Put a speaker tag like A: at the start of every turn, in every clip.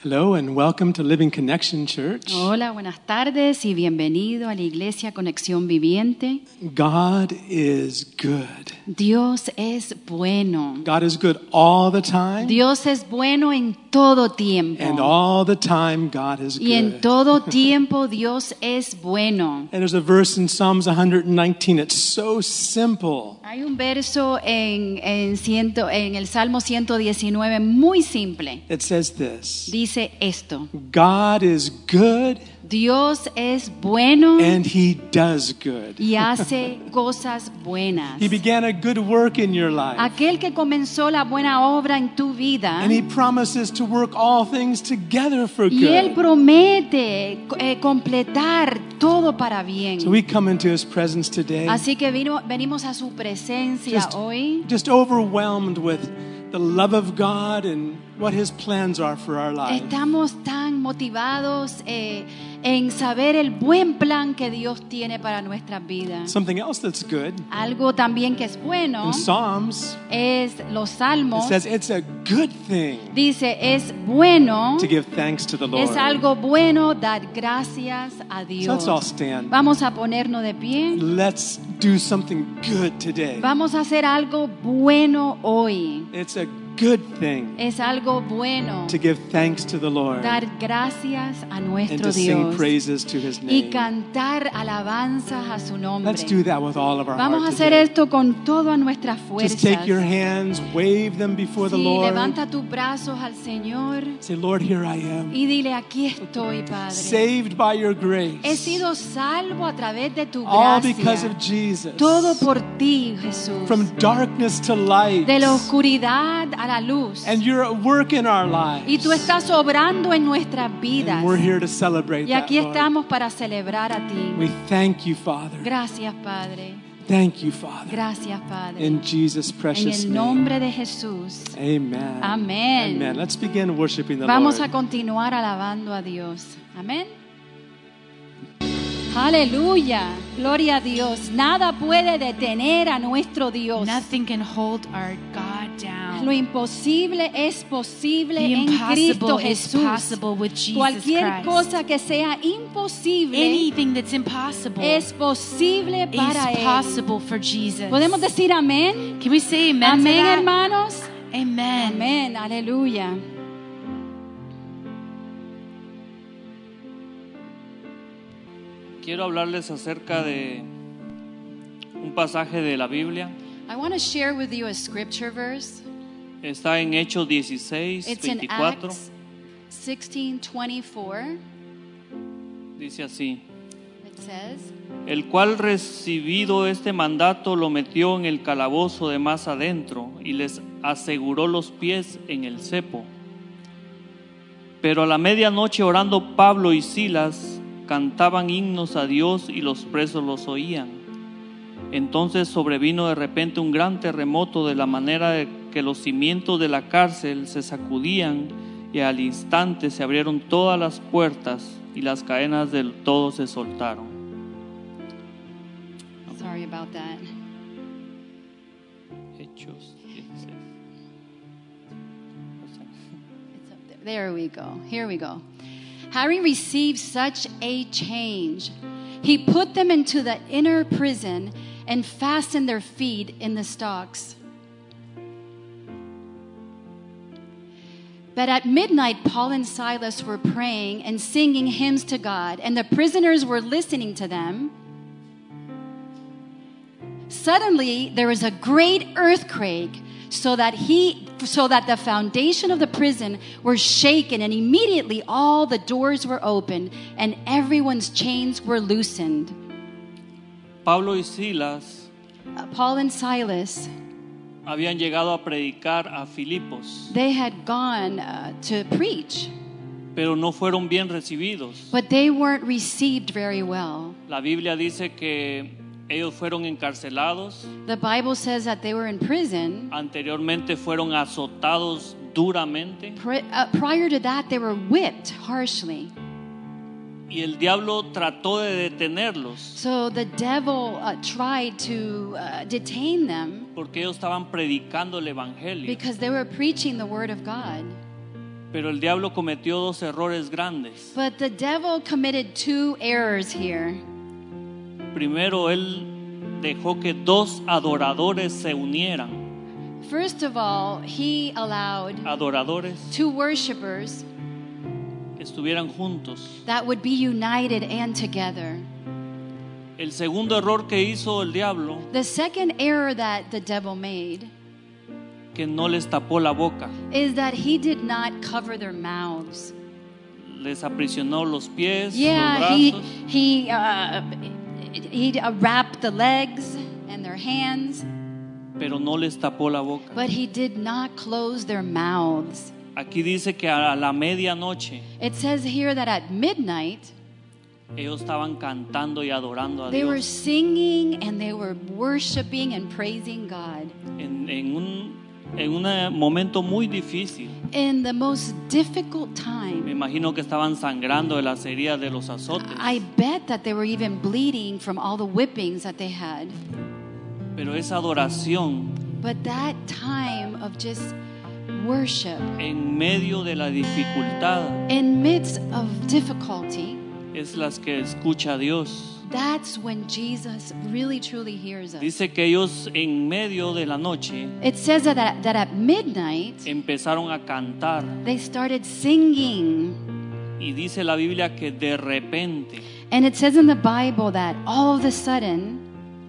A: Hello and welcome to Living Connection Church.
B: Hola, buenas tardes y bienvenido a la Iglesia Conexión Viviente.
A: God is good.
B: Dios es bueno.
A: God is good all the time,
B: Dios es bueno en todo
A: and
B: tiempo.
A: all the time God is
B: Y en
A: good.
B: todo tiempo Dios es bueno.
A: And there's a verse in Psalms 119. It's so simple,
B: Hay un verso en, en ciento- en el Salmo 119 muy simple.
A: it says this
B: Dice esto,
A: God is good
B: Dios es bueno
A: and He does good.
B: y hace cosas buenas.
A: He began a good work in your life,
B: Aquel que comenzó la buena obra en tu vida,
A: and He promises to work all things together for
B: Y Él
A: good.
B: promete eh, completar todo para bien.
A: So we come into His presence today.
B: Así que vino- venimos a su presencia
A: just,
B: hoy,
A: just overwhelmed with the love of God and what His plans are for our lives.
B: Estamos tan motivados eh, en saber el buen plan que Dios tiene para nuestras vidas.
A: Something else that's good
B: Algo también que es bueno
A: in Psalms,
B: es los
A: it
B: salmos.
A: says it's a good thing
B: Dice, es bueno,
A: to give thanks to the Lord.
B: es algo bueno dar gracias a
A: So let's all
B: Dios.
A: stand.
B: Vamos a ponernos de pie.
A: Let's do something good today.
B: Vamos a hacer algo bueno hoy.
A: It's a good thing
B: Es algo bueno
A: to give thanks to the Lord
B: dar gracias a
A: and
B: nuestro
A: to sing
B: Dios
A: praises to His
B: y
A: name.
B: cantar alabanzas a su nombre.
A: Let's do that with all of our
B: Vamos a
A: heart
B: hacer
A: today.
B: esto con todas nuestras fuerzas.
A: Just take your hands, wave them before the
B: Sí,
A: Lord.
B: levanta tus brazos al Señor
A: Say, Lord, here I am.
B: y dile, aquí estoy, Padre.
A: saved by your
B: He
A: grace.
B: sido salvo a través de tu
A: All because of
B: gracia.
A: Jesus.
B: Todo por ti, Jesús.
A: From darkness to light.
B: De la oscuridad a la luz.
A: And you're at work in our lives.
B: Y tú estás obrando en nuestras vidas.
A: And we're here to celebrate
B: Y aquí
A: that, Lord.
B: estamos para celebrar a ti.
A: We thank you, Father.
B: Gracias, Padre.
A: Thank you, Father.
B: Gracias, Padre.
A: In Jesus'
B: En
A: precious
B: el nombre de Jesús.
A: name. Amen.
B: Amén.
A: Amen. Let's begin worshiping the
B: Vamos
A: Lord.
B: a continuar alabando a Dios. Amén. Aleluya. Gloria a Dios. Nada puede detener a nuestro Dios.
C: Nothing can hold our God down.
B: Lo imposible es posible
C: The
B: en Cristo
C: impossible is
B: Jesús.
C: possible with Jesus
B: Cualquier
C: Christ.
B: cosa que sea imposible
C: Anything that's impossible is
B: es posible para Él.
C: possible for Jesus.
B: ¿Podemos decir amén?
C: Can we say amen? to
B: Amén,
C: that?
B: hermanos.
C: Amen.
B: Amén, aleluya.
D: Quiero hablarles acerca de un pasaje de la Biblia.
B: I want to share with you a scripture verse.
D: Está en Hechos 16,
B: It's in
D: 24.
B: Acts 16:24.
D: Dice así.
B: It says,
D: El cual recibido este mandato lo metió en el calabozo de más adentro y les aseguró los pies en el cepo. Pero a la medianoche orando Pablo y Silas cantaban himnos a Dios y los presos los oían. Entonces sobrevino de repente un gran terremoto de la manera de que los cimientos de la cárcel se sacudían y al instante se abrieron todas las puertas y las cadenas del todo se soltaron.
B: sorry about that.
D: Hechos 16.
B: It's up there. There we go. Here we go. Having received such a change, he put them into the inner prison and fastened their feet in the stocks. But at midnight, Paul and Silas were praying and singing hymns to God, and the prisoners were listening to them. Suddenly, there was a great earthquake, so that he, so that the foundation of the prison were shaken, and immediately all the doors were opened, and everyone's chains were loosened.
D: Pablo y Silas
B: Uh, Paul and Silas,
D: habían llegado a predicar a Filipos,
B: they had gone uh, to preach,
D: pero no fueron bien recibidos.
B: but they weren't received very well.
D: La Biblia dice que ellos fueron encarcelados,
B: The Bible says that they were in prison.
D: anteriormente fueron azotados duramente
B: Pri- uh, prior to that, they were whipped harshly.
D: y el diablo trató de detenerlos
B: So the devil uh, tried to uh, detain them.
D: porque ellos estaban predicando el Evangelio.
B: Because they were preaching the word of God.
D: Pero el diablo cometió dos errores grandes.
B: But the devil committed two errors here.
D: Primero, él dejó que dos adoradores se unieran.
B: First of all, he allowed
D: Adoradores
B: two worshipers
D: que estuvieran juntos.
B: that would be united and together.
D: El segundo error que hizo el diablo,
B: The second error that the devil made
D: que no les tapó la boca,
B: is that he did not cover their mouths.
D: les aprisionó los pies,
B: Yeah, he
D: los brazos.
B: he uh, he uh, wrapped the legs and their hands,
D: pero no les tapó la boca.
B: but he did not close their mouths.
D: Aquí dice que a la medianoche
B: It says here that at midnight
D: ellos estaban cantando y adorando a
B: they were
D: Dios
B: singing and they were worshiping and praising God
D: en, en un en un eh, momento muy difícil.
B: in the most difficult
D: Me
B: time.
D: imagino que estaban sangrando de las heridas de los azotes,
B: I bet that they were even bleeding from all the whippings that they had.
D: pero esa adoración
B: But that time of just worship
D: en medio de la dificultad
B: in midst of difficulty
D: es las que escucha a Dios.
B: That's when Jesus really truly hears us.
D: Dice que ellos en medio de la noche
B: It says that at, that at midnight
D: empezaron a cantar
B: they started singing.
D: y dice la Biblia que de repente
B: And it says in the Bible that all of a sudden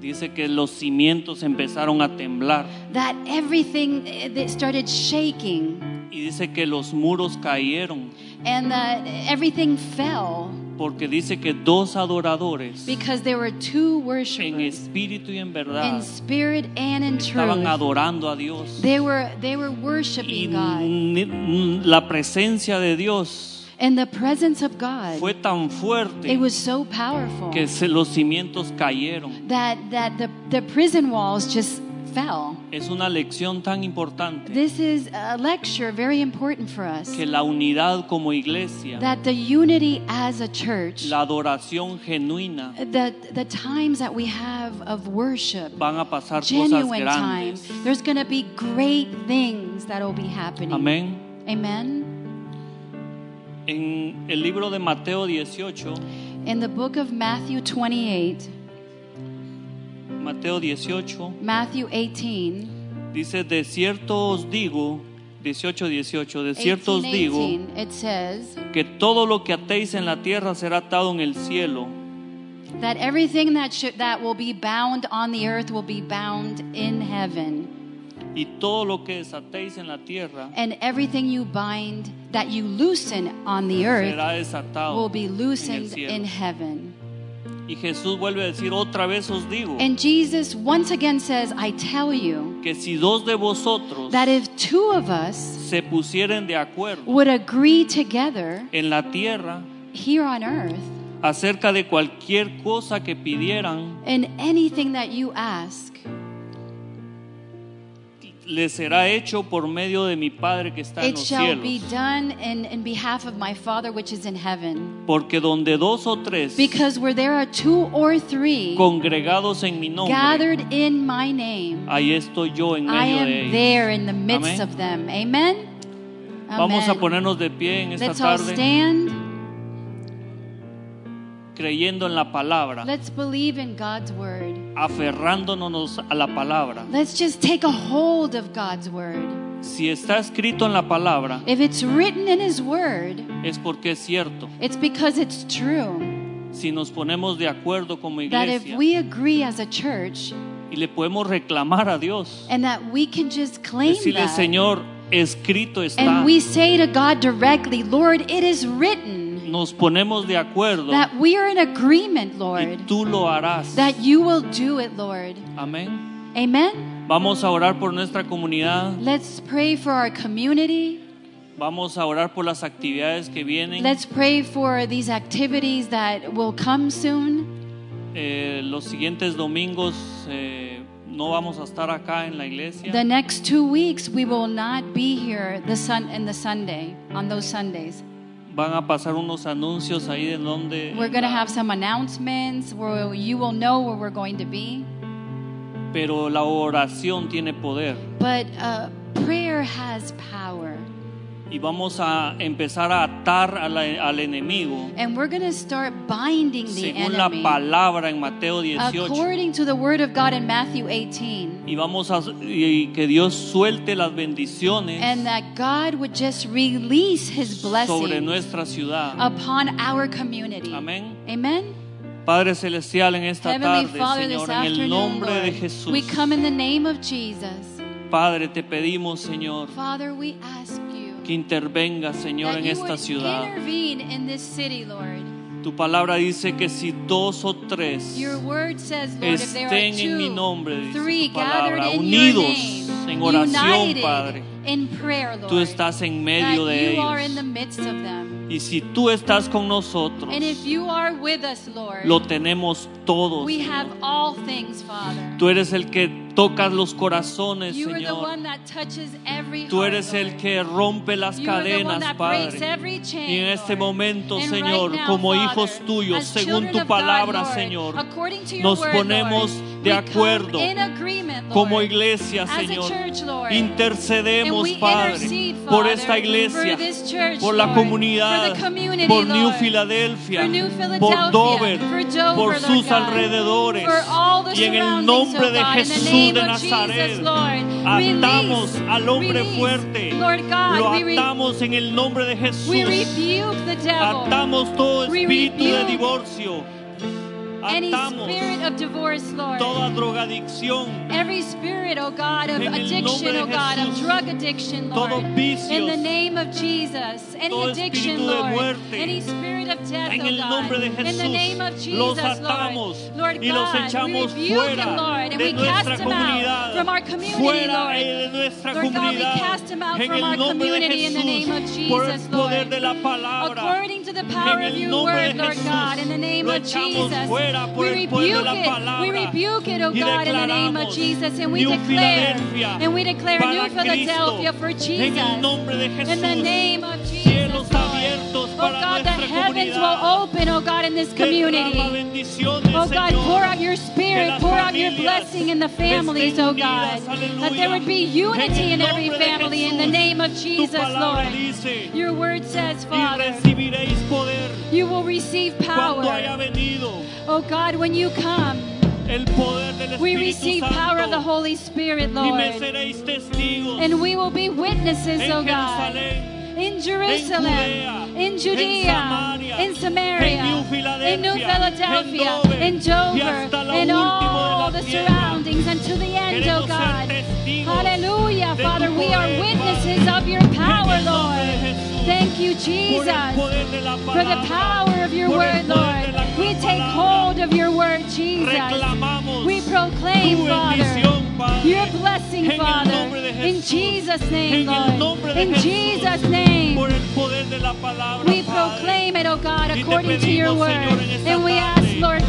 D: dice que los cimientos empezaron a temblar.
B: that everything eh, they started shaking
D: Y dice que los muros cayeron
B: and that everything fell
D: porque dice que dos adoradores
B: because there were two
D: en
B: worshipers
D: espíritu y en
B: in
D: verdad
B: spirit and in
D: estaban
B: truth.
D: adorando a Dios.
B: They were they were
D: Y
B: worshiping God.
D: ni- la presencia de Dios
B: And the presence of God
D: fue tan
B: it
D: fuerte
B: was so powerful.
D: que se- los cimientos cayeron.
B: that that the, the prison walls just fell.
D: Es una lección tan importante
B: This is a lecture very important for us.
D: que la unidad como iglesia,
B: That the unity as a church,
D: la adoración genuina,
B: the the times that we have of worship,
D: van a pasar cosas
B: genuine time,
D: grandes.
B: there's going to be great things that will be happening.
D: Amén.
B: Amen.
D: En el libro de Mateo 18,
B: In the book of Matthew 28,
D: Mateo 18,
B: Matthew 18,
D: Dice, de cierto os digo, 18, 18, de cierto
B: 18,
D: os digo,
B: 18, it says
D: que todo lo que atéis en la tierra será atado en el cielo,
B: that everything that should, that will be bound on the earth will be bound in heaven.
D: y todo lo que desatéis en la tierra
B: and everything you bind that you loosen on the earth
D: será desatado
B: will be
D: en el
B: loosened in
D: cielo.
B: heaven.
D: Y Jesús vuelve a decir, otra vez os digo,
B: And Jesus once again says, I tell you
D: que si dos de vosotros
B: that if two of us
D: se pusieren de acuerdo
B: would agree together
D: en la tierra
B: here on earth
D: acerca de cualquier cosa que pidieran,
B: in anything that you ask,
D: les será hecho por medio de mi Padre que está en
B: it
D: los
B: shall be
D: cielos.
B: done in, in behalf of my Father which is in heaven.
D: Porque donde dos o tres
B: Because where there are two or three
D: congregados en mi nombre,
B: gathered in my name,
D: ahí estoy yo en medio
B: I
D: de ellos.
B: am there in the midst
D: Amén.
B: of them. Amen?
D: Vamos a
B: Amen.
D: ponernos de pie en esta
B: Let's all
D: tarde
B: stand.
D: creyendo en la palabra,
B: Let's believe in God's word.
D: aferrándonos a la palabra.
B: Let's just take a hold of God's word.
D: Si está escrito en la palabra,
B: If it's written in His word,
D: es porque es cierto.
B: it's because it's true.
D: Si nos ponemos de acuerdo como
B: That if
D: iglesia
B: we agree as a church
D: y le podemos reclamar a Dios,
B: and that we can just claim
D: decirle,
B: that,
D: Señor, escrito está.
B: and we say to God directly, Lord, it is written
D: Nos ponemos de acuerdo
B: that we are in agreement,
D: y
B: Lord,
D: tú lo harás.
B: that you will do it, Lord.
D: Amén.
B: Amen?
D: Vamos a orar por nuestra comunidad.
B: Let's pray for our community.
D: Vamos a orar por las actividades que vienen.
B: Let's pray for these activities that will come soon.
D: Eh, los siguientes domingos eh, no vamos a estar acá en la
B: The
D: iglesia.
B: next two weeks, we will not be here the sun and the Sunday on those Sundays.
D: Van a pasar unos anuncios ahí de donde.
B: We're going to have some announcements where you will know where we're going to be.
D: Pero la oración tiene poder
B: But uh, prayer has power,
D: y vamos a empezar a atar a la- al enemigo
B: And we're going to start binding the
D: según la
B: enemy
D: palabra en Mateo 18
B: according to the word of God in Matthew 18.
D: y vamos a y que Dios suelte las bendiciones
B: And that God would just release his
D: sobre
B: blessing
D: nuestra ciudad.
B: upon our community.
D: Amén.
B: Amen.
D: Padre celestial en esta
B: Heavenly
D: tarde,
B: Father, this
D: Señor, en el
B: afternoon,
D: nombre de
B: Lord, we
D: Jesús.
B: come in the name of Jesus.
D: Padre, te pedimos, Señor,
B: Father, we ask you
D: que intervenga, Señor,
B: that
D: en
B: you
D: esta
B: would
D: ciudad.
B: intervene in this city, Lord.
D: Tu palabra dice que si dos o tres
B: Your word says, Lord, if there
D: estén
B: are
D: en mi
B: two,
D: nombre, dice
B: three
D: tu
B: gathered
D: palabra,
B: in your
D: unidos
B: name,
D: en oración,
B: united
D: Padre,
B: in prayer, Lord,
D: tú estás en medio
B: that
D: de
B: you are in the
D: ellos.
B: midst of them.
D: Y si tú estás con nosotros,
B: And if you are with us, Lord,
D: lo tenemos todos.
B: we
D: Señor.
B: have all things, Father.
D: Tú eres el que tocas los corazones,
B: you are the
D: Señor.
B: one that touches every
D: Tú
B: heart,
D: eres
B: Lord.
D: el que rompe las
B: You are the one
D: cadenas,
B: that breaks
D: Padre.
B: every chain,
D: Y en este
B: Lord.
D: momento,
B: And right
D: Señor,
B: now,
D: como
B: Father,
D: hijos tuyos,
B: as
D: según
B: children
D: tu
B: of God,
D: palabra,
B: Lord,
D: Señor,
B: according to your
D: nos
B: word,
D: ponemos
B: Lord,
D: de
B: we come
D: acuerdo
B: in agreement, Lord,
D: como iglesia,
B: as a
D: Señor,
B: church, Lord. And
D: intercedemos,
B: we
D: Padre,
B: intercede,
D: por
B: Father,
D: esta
B: for
D: iglesia,
B: this church,
D: por la
B: Lord,
D: comunidad,
B: for the community,
D: por New
B: Lord,
D: Filadelfia,
B: for New Philadelphia,
D: por Dover,
B: for Dover,
D: por
B: Lord
D: sus
B: God,
D: alrededores.
B: for all the
D: Y en el
B: surroundings,
D: nombre
B: oh
D: de
B: God, in the
D: Jesús
B: name
D: de
B: of
D: Nazaret,
B: Jesus, Lord,
D: atamos
B: release,
D: al hombre
B: release,
D: fuerte,
B: Lord God,
D: lo
B: we re-
D: atamos en el nombre de
B: We
D: Jesús.
B: rebuke the devil.
D: Atamos todo
B: We
D: espíritu de
B: rebuke
D: divorcio.
B: any
D: Atamos
B: spirit of divorce, Lord.
D: toda drogadicción,
B: Every spirit, oh God, of
D: En el nombre
B: addiction,
D: de
B: oh God,
D: Jesús.
B: of drug addiction, Lord.
D: Todo vicios.
B: in the name of Jesus. Any
D: Todo
B: addiction,
D: espíritu de
B: Lord.
D: muerte.
B: Any spirit of death,
D: En
B: oh
D: el
B: God.
D: nombre de
B: in the
D: Jesús.
B: name of Jesus,
D: Los
B: Lord.
D: atamos
B: Lord
D: y los
B: God,
D: echamos
B: we rebuke
D: fuera
B: him, Lord, and
D: de
B: we
D: nuestra
B: cast him
D: comunidad,
B: out from our community,
D: fuera
B: Lord.
D: de nuestra
B: Lord God, we
D: comunidad,
B: cast him out
D: en
B: from
D: el
B: our
D: nombre de
B: community in the name of
D: Jesús, por el
B: Jesus,
D: poder
B: Lord.
D: de la palabra,
B: According to the power
D: en
B: of
D: el
B: your
D: nombre de
B: word, Lord
D: Jesús,
B: God, in the name
D: lo
B: of
D: echamos
B: Jesus,
D: fuera por
B: we
D: el poder de
B: rebuke
D: la
B: it. We
D: palabra.
B: rebuke it, oh
D: Y
B: God, in the name of
D: declaramos
B: Jesus, and we
D: New
B: declare,
D: Filadelfia
B: and we declare
D: para
B: New Philadelphia
D: Cristo,
B: for
D: en el
B: Jesus.
D: nombre de Jesús,
B: In the name of Jesus,
D: cielos
B: Lord.
D: abiertos
B: oh
D: para
B: God, the
D: nuestra
B: heavens
D: comunidad.
B: will open, oh God, in this
D: Derrama
B: community.
D: bendiciones,
B: Oh God,
D: Señor.
B: pour out your
D: Que
B: spirit,
D: las
B: pour out your
D: familias
B: blessing in the families,
D: estén
B: oh
D: unidas,
B: God. That there
D: aleluya.
B: would be
D: En
B: unity
D: el
B: in every
D: nombre de
B: family in the
D: Jesús.
B: name of
D: Tu
B: Jesus,
D: palabra
B: Lord.
D: dice,
B: Your word says,
D: y
B: Father,
D: recibiréis poder
B: you will receive
D: cuando haya
B: power.
D: venido
B: Oh God, when you come,
D: el poder del
B: we
D: Espíritu
B: receive
D: Santo.
B: power of the Holy Spirit,
D: y me
B: Lord.
D: seréis testigos
B: And we will be witnesses,
D: en
B: oh God.
D: Jerusalén,
B: in
D: Judea,
B: Jerusalem, in Judea,
D: Samaria,
B: in Samaria,
D: en New Philadelphia,
B: in New Philadelphia,
D: en Dover,
B: in
D: y
B: Dover,
D: hasta lo
B: in
D: último
B: all
D: de la
B: the
D: tierra.
B: surroundings, and to the end, oh
D: Queremos ser
B: God.
D: testigos
B: Hallelujah,
D: de tu
B: Father, we are
D: poder,
B: witnesses
D: Padre.
B: of your
D: En
B: power,
D: el nombre de
B: Lord.
D: Jesús.
B: Thank you,
D: por el
B: Jesus,
D: poder de la
B: for the
D: palabra,
B: power of your
D: por
B: word,
D: el poder de
B: Lord.
D: la
B: We take
D: palabra.
B: hold of your word, Jesus.
D: reclamamos
B: We proclaim,
D: tu
B: Father.
D: bendición, Padre.
B: Your blessing,
D: en el
B: Father,
D: nombre de
B: in
D: Jesús.
B: Jesus'
D: en
B: name,
D: el
B: Lord.
D: nombre de
B: In
D: Jesús,
B: Jesus' name.
D: por el poder de la palabra,
B: We
D: Padre.
B: proclaim it, O God,
D: Y te
B: according to your
D: pedimos,
B: word.
D: Señor, en esta
B: And we ask,
D: tarde,
B: Lord
D: que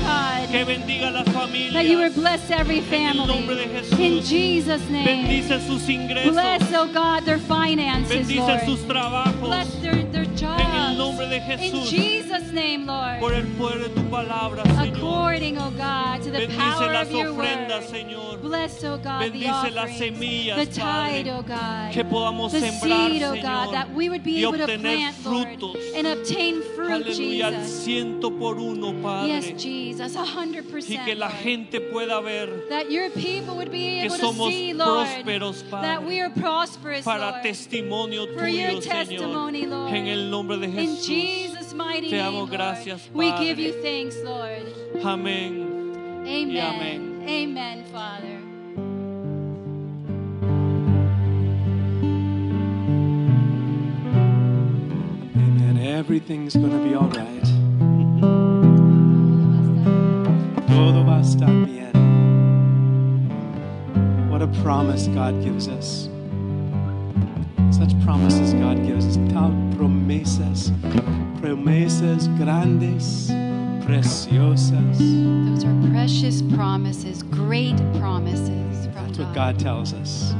B: God,
D: bendiga a las familias,
B: that you would bless every
D: el
B: family.
D: nombre de Jesús.
B: In Jesus' name.
D: bendice sus ingresos,
B: Bless, O God, their finances,
D: bendice
B: Lord.
D: sus trabajos,
B: Bless their, their jobs.
D: nombre de
B: In
D: Jesús.
B: Jesus' name,
D: por
B: Lord.
D: el poder de tu palabra, Señor,
B: According, O God, to the
D: bendice
B: power
D: las
B: of your
D: ofrendas,
B: word.
D: Señor,
B: Bless, O God, the
D: Bendice las
B: offerings,
D: semillas,
B: the tide,
D: Padre,
B: O God,
D: que podamos
B: the
D: sembrar,
B: seed, O
D: Señor,
B: God, that we would
D: y
B: be able to
D: obtener
B: plant, Lord,
D: frutos.
B: and obtain fruit,
D: aleluya, al
B: Jesus.
D: ciento por uno,
B: Yes,
D: Padre,
B: Jesus, a hundred
D: y
B: percent.
D: que la
B: Lord.
D: gente pueda ver
B: that your people would be
D: que
B: able
D: somos
B: to see, Lord,
D: prósperos, Padre,
B: that we are prosperous,
D: para
B: Lord.
D: testimonio
B: for your
D: tuyo, Señor,
B: testimony, Lord.
D: en el nombre de
B: In
D: Jesús.
B: Jesus' mighty
D: Te
B: name,
D: damos
B: Lord,
D: gracias,
B: we
D: Padre.
B: give you thanks, Lord.
D: Amén.
B: Amen.
D: amén.
B: Amen, Father.
A: Amen. Everything's going to be all right. Todo va a estar bien. What a promise God gives us. Such promises God gives us. Tal promesas, promesas grandes, preciosas.
B: Those are precious promises, great promises from
A: That's what God tells us.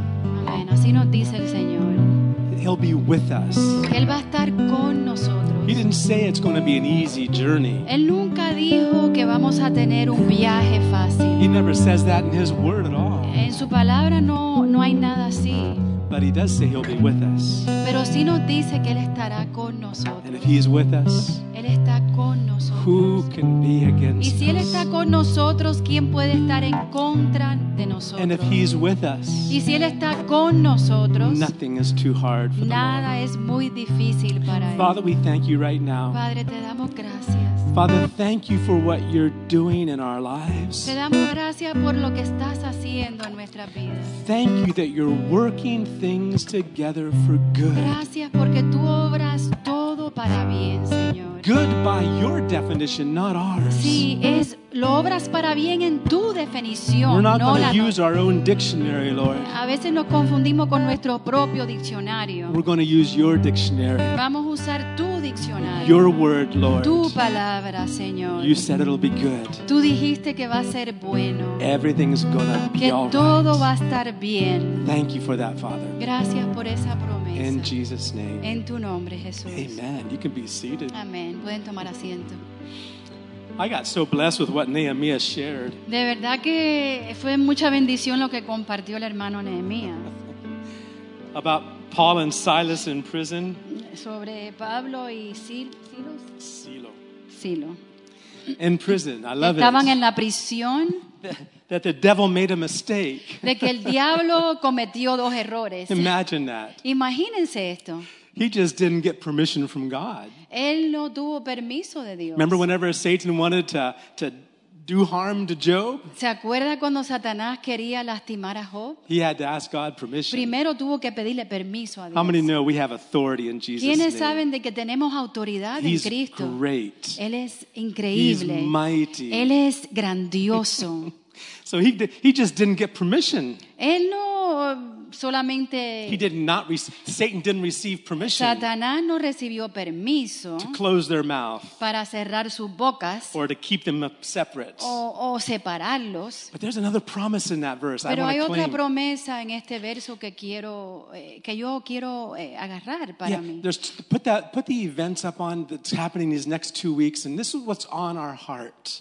B: Amén. Así nos dice el Señor.
A: He'll be with us.
B: Que Él va a estar con
A: He
B: nosotros.
A: didn't say it's going to be an easy journey.
B: Él nunca dijo que vamos a tener un viaje fácil.
A: He never says that in His Word at all.
B: En su palabra no, no hay nada así.
A: But He does say He'll be with us.
B: Pero sí nos dice que Él estará con nosotros.
A: And if He is with us,
B: Él está con
A: who
B: nosotros.
A: can be
B: Y
A: against
B: si Él está
A: us?
B: con nosotros, ¿quién puede estar en contra de
A: And
B: nosotros?
A: if He's with us,
B: Y si Él está con nosotros,
A: nothing is too hard for the Lord.
B: nada es muy difícil para Él.
A: Father, we thank you right now.
B: Padre, te damos gracias.
A: Father, thank you for what you're doing in our lives.
B: Te damos gracias por lo que estás haciendo en nuestras vidas.
A: Thank you that you're working things together for good.
B: Gracias porque tú obras todo para bien, Señor.
A: Good by your definition, not ours.
B: Sí, es, lo obras para bien en tu
A: We're
B: definición,
A: not
B: no
A: going
B: la
A: to use our own dictionary, Lord.
B: A veces nos confundimos con nuestro propio diccionario.
A: We're going to use your dictionary,
B: Vamos a usar tu diccionario,
A: your word, Lord.
B: tu palabra, Señor.
A: You said it'll be good.
B: Tú dijiste que va a ser bueno,
A: Everything's going to be
B: que
A: all
B: todo va a
A: right.
B: estar bien.
A: Thank you for that, Father.
B: Gracias por esa
A: In
B: promesa.
A: Jesus' name.
B: En tu nombre, Jesús.
A: Amen. You can be seated.
B: Amén. Pueden tomar asiento.
A: I got so blessed with what Nehemiah shared.
B: De verdad que fue mucha bendición lo que compartió el hermano Nehemías
A: about Paul and Silas in prison.
B: sobre Pablo y Sil- Silos.
A: Silo.
B: Silo.
A: In prison. I love
B: Estaban en
A: it.
B: la prisión
A: That the devil made a mistake.
B: de que el diablo cometió dos errores.
A: Imagine that.
B: Imagínense esto.
A: He just didn't get permission from God.
B: Él no tuvo permiso de Dios.
A: Remember whenever Satan wanted to, to do harm to Job?
B: ¿Se acuerda cuando Satanás quería lastimar a Job?
A: He had to ask God permission.
B: Primero tuvo que pedirle permiso a
A: How many
B: Dios.
A: know we have authority in
B: ¿Quiénes
A: Jesus' name?
B: saben de que tenemos autoridad en
A: He's
B: Cristo?
A: great.
B: Él es
A: He's
B: increíble. Él
A: mighty.
B: es grandioso.
A: So he, di- he just didn't get permission.
B: Él no
A: He
B: solamente
A: did not rec- Satan didn't receive permission to
B: Satanás no recibió permiso
A: close their mouth.
B: para cerrar sus bocas
A: or to keep them separate.
B: o, o separarlos.
A: But there's another promise in that verse I
B: Pero
A: want
B: hay
A: to
B: otra
A: claim.
B: promesa en este verso que quiero, eh, que yo quiero eh, agarrar para
A: Yeah,
B: mí.
A: there's put that put the events up on that's happening these next two weeks, and this is what's on our heart.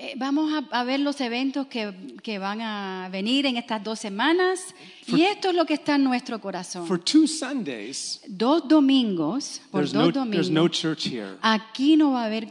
B: Eh, vamos a, a ver los eventos que, que van a venir en estas dos semanas y esto es lo que está en nuestro corazón.
A: For two Sundays,
B: dos domingos, por
A: there's
B: dos
A: no
B: domingos,
A: there's no church here.
B: aquí no va a haber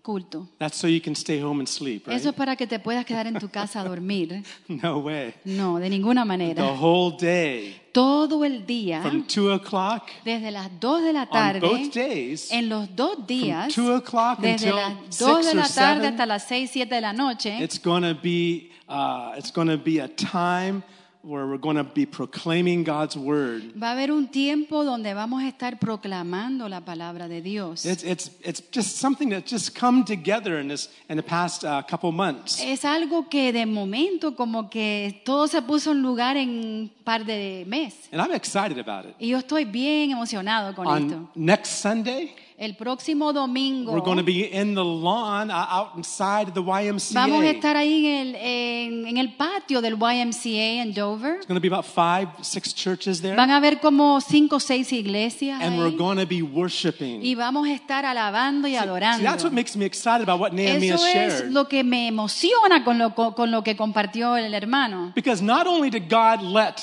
B: culto.
A: That's so you can stay home and sleep, right?
B: Eso es para que te puedas quedar en tu casa a dormir.
A: No way.
B: No, de ninguna
A: The
B: manera.
A: whole day,
B: Todo el día,
A: from two o'clock
B: desde las 2 de la
A: on both
B: Ah. tarde,
A: days,
B: en los dos días,
A: 2 o'clock
B: desde
A: until
B: las 2
A: 6
B: de
A: or
B: la tarde
A: 7,
B: hasta las 6, 7 de la noche,
A: it's gonna be uh, it's gonna be a time where we're gonna be proclaiming God's word.
B: va a haber un tiempo donde vamos a estar proclamando la palabra de Dios.
A: It's, it's, it's just something that's just come together in, this, in the past uh, couple months.
B: Es algo que de momento como que todo se puso en lugar en un par de meses.
A: And I'm excited about it.
B: Y yo estoy bien emocionado con
A: On
B: esto.
A: next Sunday,
B: El próximo domingo
A: we're going to be in the lawn uh, out inside the YMCA.
B: vamos a
A: It's
B: estar ahí en el, en- en el patio del YMCA en Dover.
A: going to be about five, six churches there.
B: Van a haber como cinco o seis iglesias
A: And
B: ahí,
A: we're going to be worshiping.
B: y vamos a estar alabando y
A: See, that's what
B: adorando.
A: makes me excited about what Nehemiah
B: Eso es
A: shared.
B: lo que me emociona con lo, con lo que compartió el hermano.
A: Because not only did God let,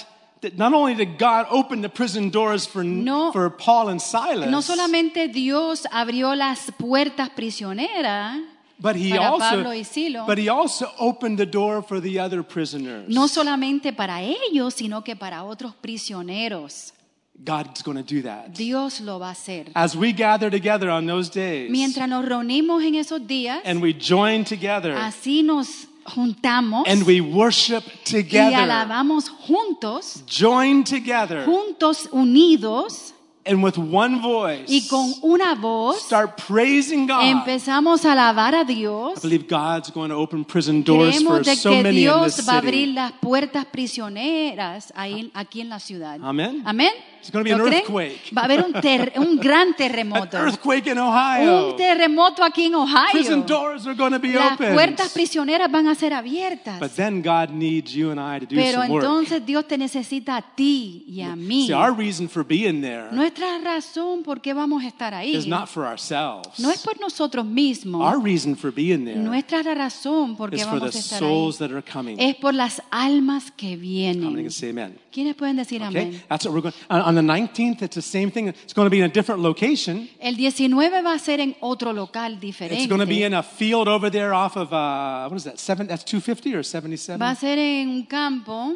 A: that not only did God open the prison doors for,
B: No-
A: for Paul and Silas,
B: No solamente Dios abrió las puertas prisioneras,
A: but he
B: para
A: also,
B: Pablo y Silo.
A: but he also opened the door for the other prisoners.
B: no solamente para ellos, sino que para otros prisioneros.
A: God's going to do that.
B: Dios lo va a hacer.
A: As we gather together on those days
B: Mientras nos reunimos en esos días,
A: and we join together
B: así nos juntamos
A: and we worship
B: y
A: together,
B: alabamos juntos,
A: join together
B: juntos, unidos
A: and with one
B: y
A: voice
B: con una voz
A: start praising God. I
B: empezamos a alabar a Dios.
A: believe God's going to open prison doors for
B: Creemos de
A: so
B: que
A: many in this
B: Dios va a abrir
A: city.
B: las puertas prisioneras ahí, aquí en la ciudad.
A: Amén.
B: Amén.
A: It's gonna be an
B: ¿Lo creen?
A: earthquake.
B: Va a haber un, ter- un gran
A: An
B: terremoto.
A: earthquake in
B: Un
A: Ohio.
B: terremoto aquí en
A: Prison
B: Ohio.
A: doors are going to be
B: Las
A: open.
B: puertas prisioneras van a ser
A: But
B: abiertas.
A: then God needs you and I to do
B: Pero
A: some work.
B: entonces Dios te necesita a ti y a mí.
A: See, our reason for being there
B: nuestra razón por qué vamos a estar ahí
A: is not for ourselves.
B: no es por nosotros mismos.
A: Our reason for being there
B: Nuestra razón por qué
A: is for the
B: vamos a estar ahí
A: souls that are coming.
B: es por las almas que
A: How many
B: vienen.
A: can say amen?
B: ¿Quiénes pueden decir
A: Okay,
B: amén?
A: that's what we're going. On, on the 19th, it's the same thing. It's going to be in a different location.
B: El 19 va a ser en otro local
A: It's going to be in
B: diferente.
A: a field over there off of uh, what is that? Seven? That's 250 or
B: Va a
A: 77?
B: ser en un campo,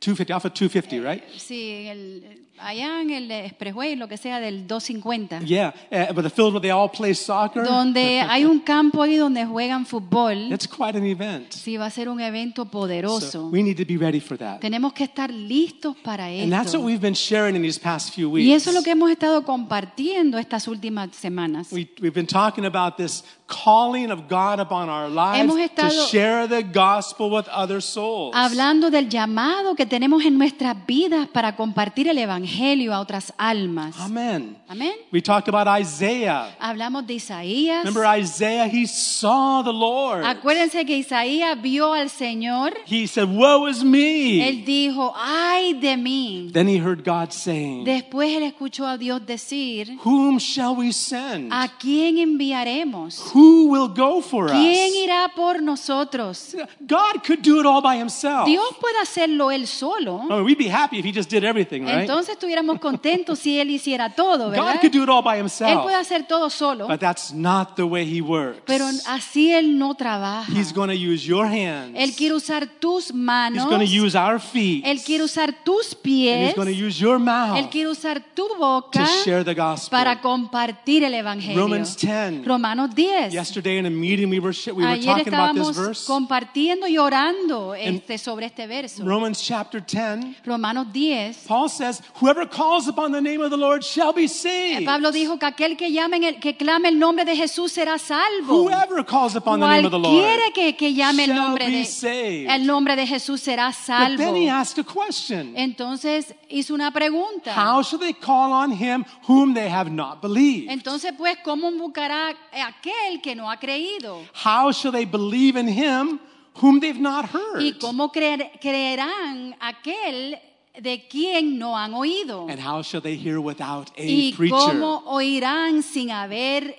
A: 250 off of 250, right?
B: sí, en el- allá en el Expressway, lo que sea, del 250.
A: Yeah, uh, but a field where they all play soccer.
B: Donde hay un campo ahí donde juegan fútbol.
A: It's quite an event.
B: Sí, va a ser un evento
A: So
B: poderoso.
A: we need to be ready for that.
B: Tenemos que estar listos para
A: And that's what
B: esto.
A: we've been sharing in these past few
B: Y
A: weeks.
B: eso es lo que hemos estado compartiendo estas últimas semanas.
A: We, we've been talking about this calling of God upon our lives
B: Hemos
A: to
B: estado-
A: share the gospel with other souls.
B: Hablando del llamado que tenemos en nuestras vidas para compartir el Evangelio a otras almas.
A: Amen.
B: Amén.
A: We talked about Isaiah.
B: Hablamos de Isaías.
A: Remember Isaiah? He saw the Lord.
B: Acuérdense que Isaías vio al Señor.
A: He said, Woe is
B: Él
A: me.
B: dijo, ay de mí.
A: Then he heard God saying,
B: Después él escuchó a Dios decir,
A: Whom shall we send?
B: ¿a quién enviaremos?
A: Who will go for
B: ¿Quién
A: us?
B: irá por nosotros?
A: God could do it all by himself.
B: Dios puede hacerlo él solo.
A: I mean, we'd be happy if he just did everything, right?
B: Entonces estuviéramos contentos si él hiciera todo, ¿verdad?
A: God could do it all by
B: Él
A: himself.
B: puede hacer todo solo,
A: But that's not the way he works.
B: pero así él no trabaja.
A: He's going to use your hands.
B: Él quiere usar tus
A: He's
B: manos.
A: going to use our feet.
B: Él quiere usar tus
A: And
B: pies.
A: he's going to use your
B: Él
A: mouth
B: quiere usar tu
A: to
B: boca
A: share the gospel.
B: para compartir el evangelio.
A: Romans 10.
B: Romanos 10.
A: Yesterday in a meeting we were sh- we were
B: Ayer
A: talking about this
B: estábamos
A: verse.
B: compartiendo y orando
A: In
B: este, sobre este verso.
A: Romans chapter 10.
B: Romanos 10.
A: Paul says, "Whoever calls upon the name of the Lord shall be saved."
B: Eh, Pablo dijo que aquel que llame en el, que clame el nombre de Jesús será salvo.
A: Whoever calls upon the name of the Lord.
B: Cualquiera que, que llame el
A: shall
B: nombre,
A: be
B: de,
A: saved.
B: el nombre de Jesús será
A: But then he
B: salvo.
A: asked a question.
B: Eh. Entonces hizo una pregunta.
A: How shall they call on him whom they have not believed?
B: Entonces, pues, ¿cómo buscará aquel que no ha creído?
A: How shall they believe in him whom they've not heard?
B: ¿Y cómo creer- creerán aquel de quien no han oído?
A: And how shall they hear without a
B: ¿Y
A: preacher?
B: cómo oirán sin haber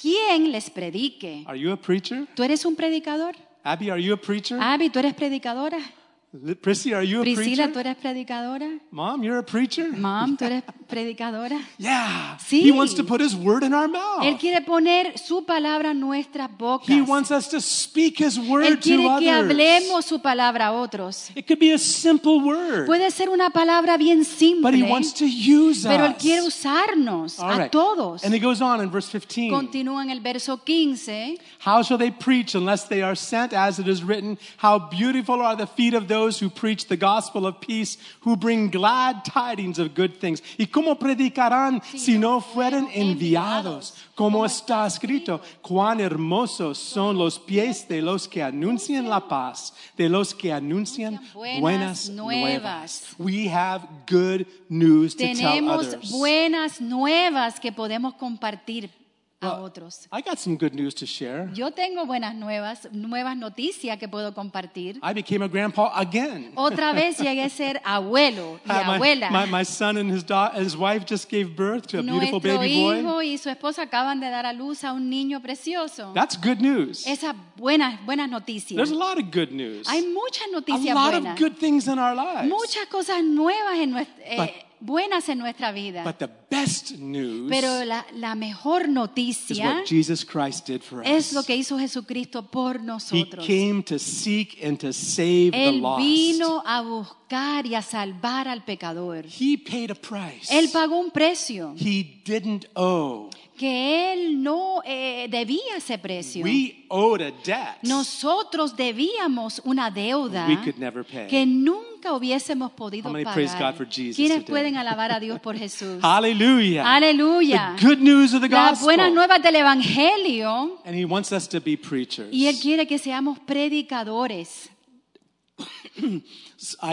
B: quién les predique?
A: Are you a preacher?
B: ¿Tú eres un predicador?
A: Abby, are you a preacher?
B: Abby, ¿tú eres predicadora?
A: Li- Prissy, are you a
B: Priscila, ¿tú
A: preacher?
B: eres predicadora?
A: Mom, you're a preacher?
B: Mom, ¿tú eres predicadora?
A: Yeah.
B: Sí.
A: He wants to put his word in our
B: Él
A: mouth.
B: quiere poner su palabra en nuestras bocas.
A: He wants us to speak his
B: Él
A: word
B: quiere
A: to
B: que
A: others.
B: hablemos su palabra a otros.
A: It could be a simple word,
B: Puede ser una palabra bien
A: but he
B: simple,
A: wants to use
B: pero él
A: us.
B: quiere usarnos
A: All
B: a
A: right.
B: todos.
A: And he goes on in verse 15.
B: Continúa en el verso 15.
A: How shall they preach unless they are sent, as it is written? How beautiful are the feet of those who preach the gospel of peace, who bring glad tidings of good things. ¿Y cómo predicarán si no fueren enviados? Como está escrito, cuán hermosos son los pies de los que anuncian la paz, de los que anuncian buenas
B: Buenas
A: nuevas.
B: nuevas.
A: We have good news to tell
B: Tenemos
A: others.
B: buenas nuevas que podemos compartir a otros.
A: I got some good news to share.
B: Yo tengo buenas nuevas, nuevas noticias que puedo compartir.
A: I became a grandpa again.
B: Otra vez llegué a ser abuelo y
A: Uh, my-
B: abuela.
A: My, my son and his, da- his wife just gave birth to a beautiful
B: Nuestro
A: baby boy.
B: hijo y su esposa acaban de dar a luz a un niño precioso.
A: That's good news.
B: Esas buenas, buenas
A: There's
B: noticias.
A: a lot of good news.
B: Hay muchas
A: A
B: noticias
A: lot of
B: buenas.
A: good things in our lives.
B: Muchas cosas nuevas en nuestra, eh,
A: But-
B: buenas en nuestra vida.
A: But the best news
B: Pero la, la mejor
A: is
B: noticia
A: what Jesus Christ did for
B: es lo
A: us.
B: que hizo Jesucristo por
A: He
B: nosotros.
A: came to seek and to save the
B: Él
A: lost.
B: vino a buscar y a salvar al pecador.
A: He paid a price
B: Él pagó un precio
A: he didn't owe.
B: que él no eh, debía ese precio.
A: We owed a debt
B: Nosotros debíamos una deuda
A: we could never pay.
B: que nunca hubiésemos podido
A: How many
B: pagar.
A: praise God for Jesus
B: ¿Quiénes
A: today?
B: pueden alabar a Dios por Jesús?
A: Hallelujah.
B: Aleluya.
A: The good news of the
B: Las
A: gospel.
B: buenas nuevas del Evangelio
A: And he wants us to be preachers.
B: y Él quiere que seamos predicadores.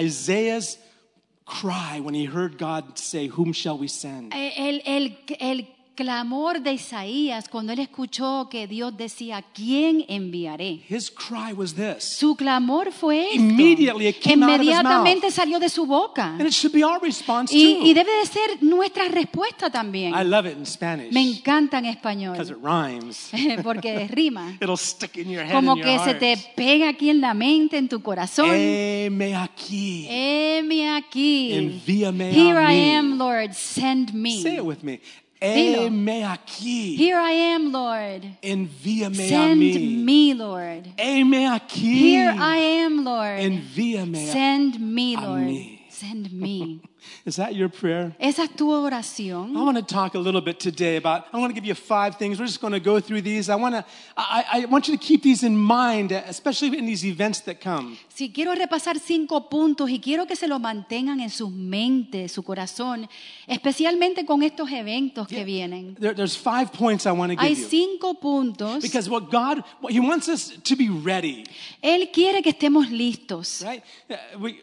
A: Isaiah's cry when he heard God say, Whom shall we send?
B: El, el- el clamor de Isaías cuando él escuchó que Dios decía, ¿quién enviaré?
A: His cry was this.
B: Su clamor fue esto.
A: Immediately it came out of his
B: Inmediatamente salió de su boca.
A: And it should be our response
B: Y, y
A: too.
B: debe de ser nuestra respuesta también.
A: I love it in Spanish
B: Me
A: because
B: encanta en español
A: it rhymes.
B: porque rima.
A: It'll stick in your head
B: Como
A: and your
B: que se
A: heart. Eh,
B: te pega aquí en la mente, en tu corazón.
A: Heme aquí.
B: Heme aquí.
A: Envíame a
B: Here
A: mí.
B: I am, Lord, send
A: Say
B: me.
A: it with me.
B: Dilo.
A: Heme aquí.
B: Here I am, Lord.
A: Envíame a
B: Send
A: mí.
B: me, Lord.
A: Heme aquí.
B: Here I am, Lord.
A: Envíame a
B: Send me,
A: a
B: Lord.
A: mí.
B: Send me.
A: Is that your prayer?
B: Esa es tu
A: I
B: oración.
A: want to talk a little bit today about. I want to give you five things. We're just going to go through these. I want to. I, I I want you to keep these in mind, especially in these events that come.
B: Si quiero repasar cinco puntos y quiero que se lo mantengan en sus mentes, su corazón, especialmente con estos eventos que vienen.
A: There, there's five points I want to give
B: Hay
A: you
B: cinco puntos.
A: because what God, what He wants us to be ready,
B: Él quiere que estemos listos.
A: right? Uh, we,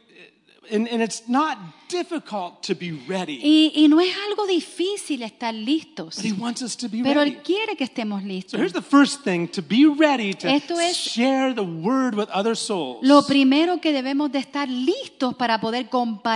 A: and, and it's not difficult to be ready,
B: Y, y no es algo difícil estar listos,
A: but He wants us to be
B: pero
A: ready.
B: Él quiere que estemos listos.
A: So here's the first thing: to be ready to
B: Esto es-
A: share the word with other souls.
B: Lo primero que debemos de estar listos para poder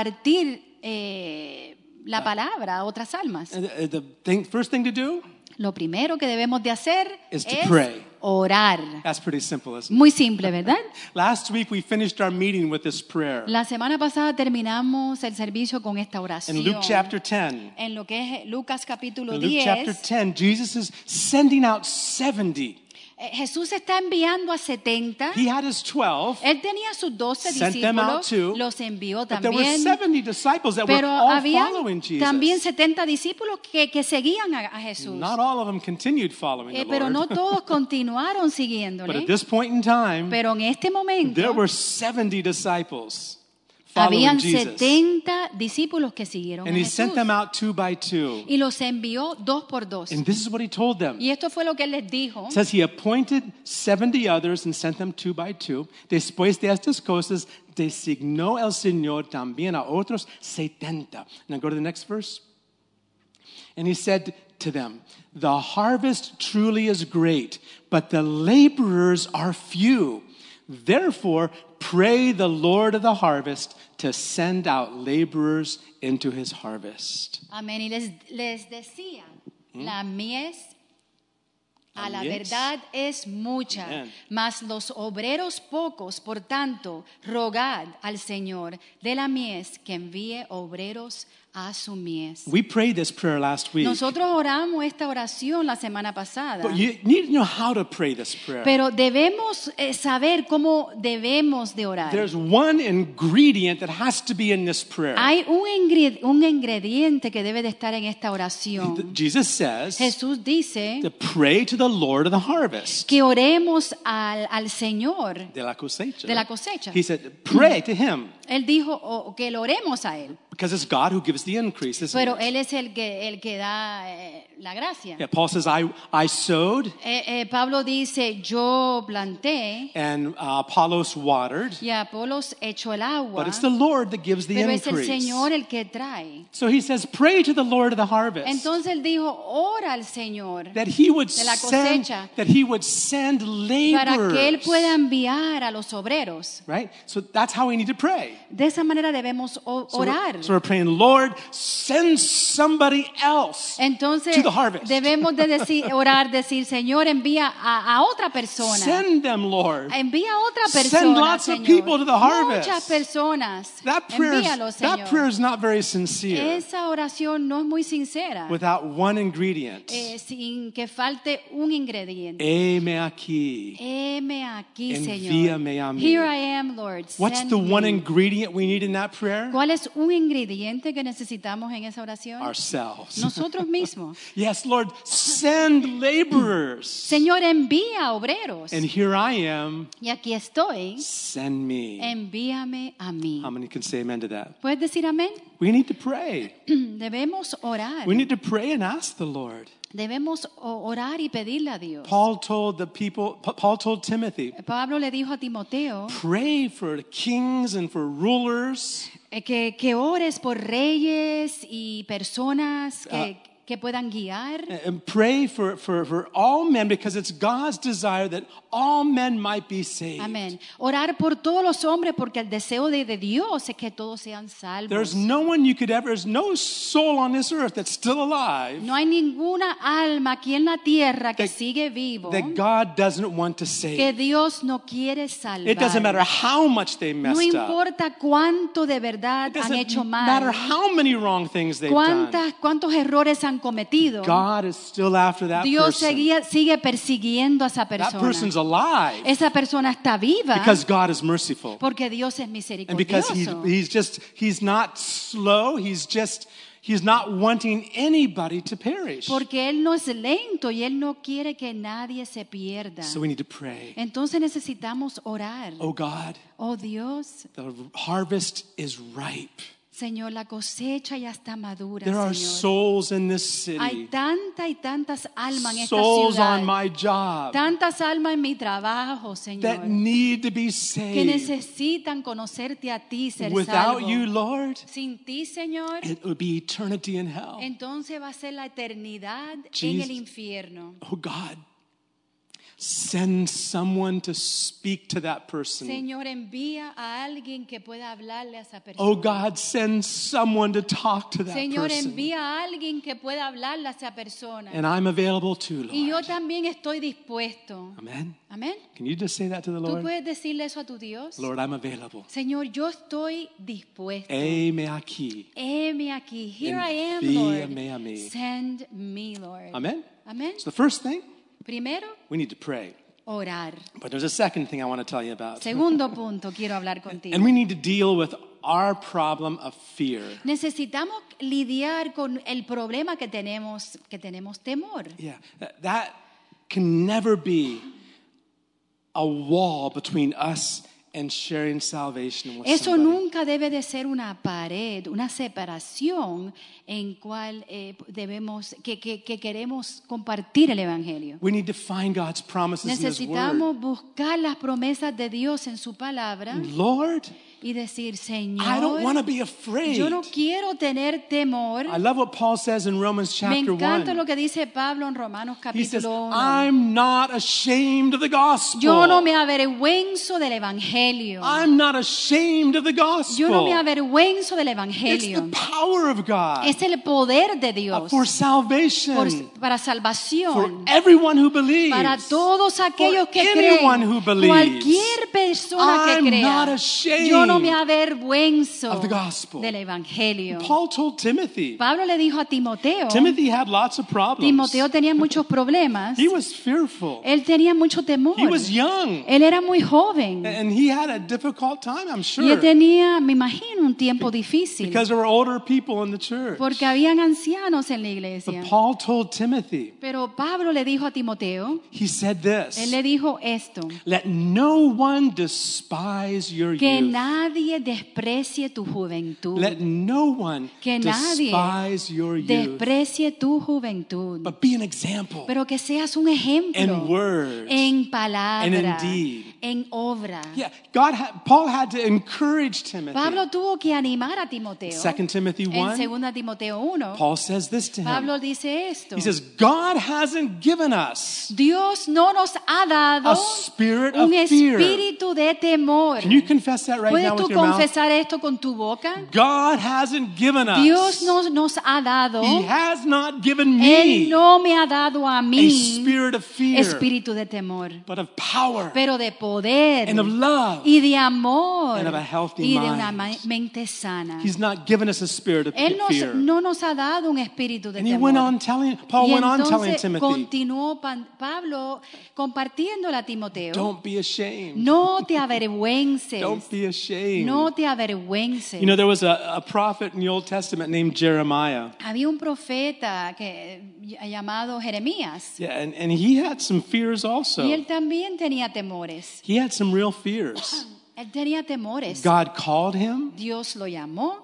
B: compartir eh, la palabra a otras almas.
A: And uh, the the thing, first thing to do,
B: Lo primero que debemos de hacer
A: Is to
B: es
A: pray.
B: orar.
A: that's pretty simple, isn't it?
B: Muy simple, ¿verdad?
A: Last week we finished our meeting with this prayer
B: La semana pasada terminamos el servicio con esta oración.
A: in Luke chapter 10.
B: En lo que es Lucas capítulo
A: In Luke chapter 10,
B: 10,
A: Jesus is sending out 70.
B: eh, Jesús está enviando a 70.
A: He had his 12,
B: Él tenía sus 12
A: Sent them out
B: discípulos,
A: too.
B: los envió
A: but there were
B: también.
A: 70 disciples that were
B: Pero
A: all
B: había
A: following
B: también
A: Jesus.
B: 70 discípulos que, que seguían a, a Jesús.
A: Not all of them continued following
B: Eh,
A: the
B: pero no
A: Lord.
B: todos continuaron
A: But at
B: siguiéndole.
A: this point in time,
B: Pero en este
A: there
B: momento
A: were 70 disciples following
B: habían
A: Jesus.
B: 70 discípulos que siguieron a
A: And he
B: Jesús
A: sent them out two by two.
B: y los envió dos por dos.
A: And this is what he told them.
B: Y esto fue lo que él les dijo.
A: It says he appointed 70 others and sent them two by two. Después de estas cosas, designó el Señor también a otros 70. Now go to the next verse. And he said to them, The harvest truly is great, but the laborers are few. Therefore, pray the Lord of the harvest to send out laborers into his harvest.
B: Amén. Y les, les decía, la mies a
A: ¿Mm? La
B: la
A: mies.
B: verdad es mucha,
A: Amén.
B: mas los obreros pocos. Por tanto, rogad al Señor de la mies que envíe obreros a su mies.
A: We prayed this prayer last week.
B: Nosotros oramos esta oración la semana pasada,
A: But you need to know how to pray this prayer.
B: pero debemos eh, saber cómo debemos de orar.
A: There's one ingredient that has to be in this prayer.
B: Hay un, ingre- un ingrediente que debe de estar en esta
A: Th-
B: oración.
A: Jesus says
B: Jesús dice
A: to pray to the Lord of the harvest.
B: que oremos al, al Señor.
A: De la cosecha.
B: De la cosecha.
A: He said, pray to him
B: Él dijo o- que lo oremos a Él,
A: because it's God who gives the increase. isn't
B: pero
A: it?
B: Él es el que, el que da eh, la gracia.
A: Yeah, Paul says, I, I sowed
B: Eh, eh, Pablo dice, yo planté
A: and uh, Apollos watered,
B: y Apolos echó el
A: but
B: agua,
A: it's the Lord that gives the
B: pero es el
A: increase.
B: Señor el que trae.
A: So he says, pray to the Lord of the harvest
B: Entonces él dijo, ora al Señor
A: that he would
B: de la
A: send
B: cosecha.
A: that he would send
B: para que él pueda
A: laborers.
B: enviar a los obreros.
A: Right? So that's how we need to pray.
B: De esa manera debemos o-
A: So we're-
B: orar.
A: So we're praying, Lord, send somebody else.
B: Entonces
A: to the harvest.
B: debemos de decir, orar, decir, Señor, envía a, a otra persona.
A: Send them, Lord.
B: Envía a otra
A: Send
B: persona,
A: lots of
B: Señor.
A: people to the harvest.
B: Muchas personas.
A: That prayer,
B: Envíalo,
A: is, that prayer
B: Señor.
A: is not very sincere
B: Esa oración no es muy sincera
A: without one ingredient.
B: eh, sin que falte un ingrediente.
A: Heme aquí.
B: Heme aquí, Señor.
A: Envíame a mí.
B: Here I am, Lord.
A: What's
B: Send
A: the one
B: me.
A: ingredient we need in that prayer?
B: ¿Cuál es un ingrediente que necesitamos en esa oración?
A: Ourselves.
B: Nosotros mismos.
A: Yes, Lord, send laborers.
B: Señor, envía obreros.
A: And here I am.
B: Y aquí estoy.
A: Send me.
B: Envíame a mí.
A: How many can say amen to that?
B: ¿Puedes decir amén?
A: We need to pray.
B: Debemos orar.
A: We need to pray and ask the Lord.
B: Debemos o- orar y pedirle a Dios.
A: Paul told the people, Pa- Paul told Timothy,
B: Pablo le dijo a Timoteo
A: pray for kings and for rulers Ah.
B: eh, que, que ores por reyes y personas que, que puedan guiar.
A: And pray for, for, for all men because it's God's desire that all men might be saved.
B: Amén. Orar por todos los hombres porque el deseo de, de Dios es que todos sean
A: There's
B: salvos.
A: no one you could ever, there's no soul on this earth that's still alive
B: No hay ninguna alma aquí en la tierra que
A: That-
B: sigue vivo
A: that God doesn't want to
B: que
A: save.
B: Dios no quiere
A: It doesn't matter
B: salvar.
A: how much they
B: No
A: messed up.
B: importa cuánto de verdad
A: It
B: han hecho
A: doesn't matter
B: mal,
A: how many wrong things they've done.
B: cuántas, cuántos errores han cometido.
A: God is still after that
B: Dios
A: person.
B: seguía- sigue persiguiendo a esa
A: That
B: persona.
A: person's alive
B: Esa persona está viva
A: because God is merciful.
B: porque Dios es
A: And because he,
B: misericordioso.
A: he's just, he's not slow, he's just, he's not wanting anybody to perish.
B: Porque Él no es lento y Él no quiere que nadie se pierda.
A: So we need to pray.
B: Entonces necesitamos orar.
A: Oh God,
B: Oh Dios,
A: the harvest is ripe.
B: Señor, la cosecha ya está madura.
A: There are
B: Señor.
A: souls in this
B: Hay
A: city,
B: tanta y tantas almas en esta
A: souls on
B: ciudad.
A: my job
B: Tantas almas en mi trabajo, Señor,
A: that need to be
B: que
A: saved.
B: necesitan conocerte a ti, ser
A: Without
B: salvo.
A: you, Lord,
B: Sin ti, Señor,
A: it would be eternity in hell.
B: entonces va a ser la eternidad en
A: Jesus-
B: el infierno.
A: Oh God, send someone to speak to that person.
B: Señor, envía a alguien que pueda hablarle a esa persona.
A: Oh God, send someone to talk to that
B: Señor,
A: person.
B: envía a alguien que pueda hablarle a esa persona.
A: And I'm available too,
B: Y yo
A: Lord.
B: también estoy dispuesto.
A: Amen.
B: Amén.
A: Can you just say that to the
B: Tú
A: Lord?
B: puedes decirle eso a tu Dios.
A: Lord, Eh. I'm available.
B: Señor, yo estoy dispuesto.
A: Heme aquí.
B: Heme aquí. Here I am,
A: Envíame a mí.
B: Lord. Send me, Lord.
A: Amen.
B: Amén.
A: So the first thing,
B: Primero,
A: we need to pray.
B: orar.
A: But there's a second thing I want to tell you about.
B: Segundo punto, quiero hablar contigo.
A: And we need to deal with our problem of fear.
B: Necesitamos lidiar con el problema que tenemos, que tenemos temor.
A: Yeah, that- that can never be a wall between us and sharing salvation with
B: Eso
A: somebody.
B: nunca debe de ser una pared, una separación en cual eh, debemos, que, que- que queremos compartir el Evangelio.
A: We need to find God's promises in His Word.
B: Necesitamos buscar las promesas de Dios en su palabra
A: Lord,
B: y decir,
A: I don't want to
B: Señor,
A: be afraid.
B: yo no quiero tener temor.
A: I love what Paul says in Romans
B: Me
A: chapter
B: encanta
A: 1.
B: lo que dice Pablo en Romanos
A: He says,
B: capítulo 1.
A: I'm not ashamed of the gospel.
B: Yo no me avergüenzo del Evangelio.
A: I'm not ashamed of the gospel.
B: Yo no me avergüenzo del
A: it's the
B: Evangelio.
A: power of God
B: Es el poder de
A: uh,
B: Dios.
A: for salvation,
B: por- para
A: for
B: salvación
A: everyone who believes.
B: para todos aquellos
A: for
B: que
A: anyone who
B: creen
A: believes.
B: cualquier persona que
A: I'm not
B: crea
A: ashamed
B: yo no me avergüenzo
A: of the gospel.
B: del evangelio
A: Paul told Timothy.
B: Pablo le dijo a Timoteo
A: Timothy had lots of problems.
B: Timoteo tenía muchos problemas
A: he was fearful.
B: él tenía mucho temor
A: He was young.
B: él era muy joven
A: and he had a difficult time, I'm
B: y él
A: sure.
B: tenía me imagino un tiempo difícil
A: Because there were older people in the church.
B: porque habían ancianos en la iglesia
A: But Paul told Timothy,
B: pero Pablo le dijo a Timoteo
A: he said
B: él
A: this
B: le dijo esto
A: Let no one despise your
B: Que
A: youth.
B: nadie desprecie tu juventud.
A: Let no one
B: que nadie
A: despise your youth.
B: desprecie tu juventud.
A: But be an example.
B: Pero que seas un ejemplo
A: In words.
B: en palabra,
A: And indeed.
B: en obra.
A: Yeah, God had, Paul had to encourage Timothy.
B: Pablo tuvo que animar a Timoteo.
A: 2 Timothy
B: en
A: 1,
B: 2 Timoteo 1,
A: Paul says this to him.
B: Pablo dice esto.
A: He says, God hasn't given us.
B: Dios no nos ha dado
A: A spirit of
B: un
A: fear.
B: espíritu de temor.
A: Can you confess that right now
B: ¿Puedes
A: with
B: tú
A: your mouth?
B: confesar esto con tu boca?
A: God hasn't given us.
B: Dios no nos ha dado
A: He has not given
B: Él
A: me
B: no me ha dado a
A: a
B: mí
A: spirit of fear,
B: espíritu de temor,
A: but of power
B: pero de poder
A: and of love.
B: y de amor
A: and of a healthy
B: y de una ma-
A: mind.
B: mente sana.
A: He's not given us a spirit of
B: Él nos-
A: fear.
B: no nos ha dado un espíritu de
A: and he went on
B: temor.
A: telling,
B: Y
A: Paul went on telling
B: entonces
A: Timothy,
B: continuó Pan- Pablo compartiéndole a Timoteo,
A: don't be ashamed.
B: no te avergüences,
A: Don't be ashamed.
B: no te avergüences.
A: You know, there was a, a prophet in the Old Testament named Jeremiah.
B: Había un profeta que, eh, llamado Jeremías
A: Yeah, and, and he had some fears also.
B: y él también tenía temores.
A: He had some real fears.
B: Él tenía temores.
A: God called him,
B: Dios lo llamó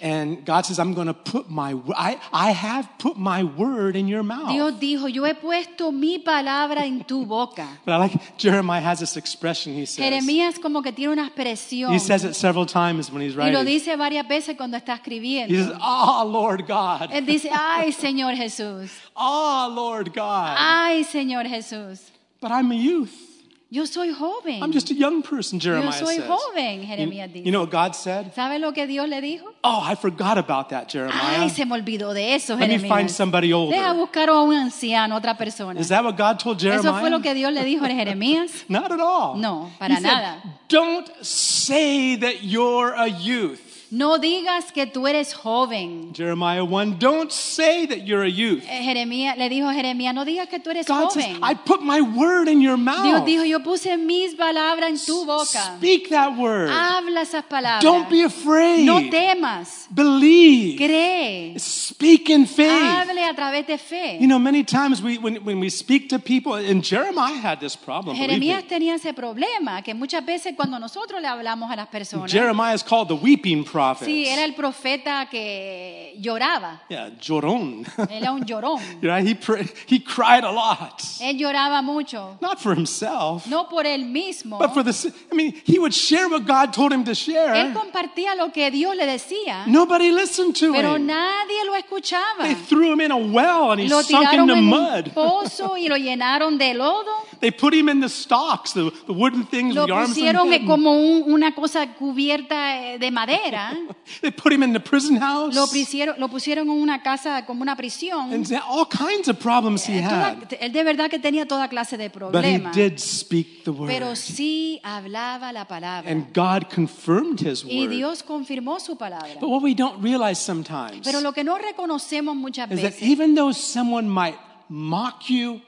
A: And God says, I'm going to put my, wo- I, I have put my word in your mouth.
B: Dios dijo, yo he puesto mi palabra en tu boca.
A: But I like, Jeremiah has this expression he says.
B: Jeremías como que tiene una expresión
A: He says it several times when he's
B: y lo
A: writing.
B: dice varias veces cuando está
A: He
B: escribiendo.
A: says, Ah, Lord God.
B: Él dice, ay Señor Jesús,
A: Ah, Lord God.
B: ay Señor Jesús,
A: But I'm a youth.
B: yo soy joven,
A: I'm just a young person, Jeremiah
B: yo soy
A: says.
B: joven, Jeremías
A: You,
B: dice.
A: you know what God said?
B: ¿Sabe lo que Dios le dijo?
A: Oh, I forgot about that,
B: Ay,
A: Jeremiah.
B: se me olvidó de eso,
A: Let me find
B: Jeremías.
A: somebody
B: Deja
A: older.
B: buscar a un anciano, otra persona.
A: Is that what God told
B: Eso fue
A: Jeremiah?
B: lo que Dios le dijo a Jeremías.
A: Not at all.
B: No,
A: he
B: para
A: said,
B: nada.
A: Don't say that you're a youth.
B: No digas que tú eres joven.
A: Jeremiah 1, don't say that you're a youth.
B: Eh, Jeremías le dijo a Jeremías, no digas que tú eres
A: God says,
B: joven.
A: I put my word in your
B: Dios
A: mouth.
B: dijo, yo puse mis palabras en tu boca.
A: Speak that word.
B: Habla esas palabras.
A: Don't be afraid.
B: no temas.
A: Believe.
B: Cree.
A: Speak in faith.
B: Hable a través de fe.
A: You know, many times we, when, when we speak to people, and Jeremiah had this problem. believe me.
B: Jeremías tenía ese problema, que muchas veces cuando nosotros le hablamos a las personas,
A: Jeremiah is called the weeping prophet.
B: sí, era el profeta que lloraba.
A: Yeah, Jorón.
B: Era un llorón.
A: right? He, pr- he cried a lot.
B: Él lloraba mucho.
A: Not for himself,
B: No por él mismo.
A: but for the. si- I mean, he would share what God told him to
B: Él
A: share.
B: compartía lo que Dios le decía,
A: Nobody listened to
B: pero
A: him.
B: nadie lo escuchaba.
A: They threw him in a well and he
B: Lo
A: sunk in
B: tiraron
A: the
B: en un
A: mud.
B: pozo y lo llenaron de lodo.
A: They put him in the stalks, the, the wooden things,
B: Lo
A: the arms. and
B: pusieron
A: head.
B: como un- una cosa cubierta eh, de madera.
A: They put him in the prison
B: Lo
A: house.
B: pusieron, lo pusieron en una casa como una prisión.
A: And all kinds of problems he
B: Eh, toda-
A: had.
B: él de verdad que tenía toda clase de
A: But he
B: problemas.
A: did speak the word.
B: Pero sí hablaba la palabra.
A: And God confirmed his
B: Y
A: word.
B: Dios confirmó su palabra.
A: But what we don't realize sometimes
B: Pero lo que no reconocemos muchas
A: is that
B: veces
A: even though someone might mock you,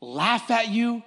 A: laugh at you,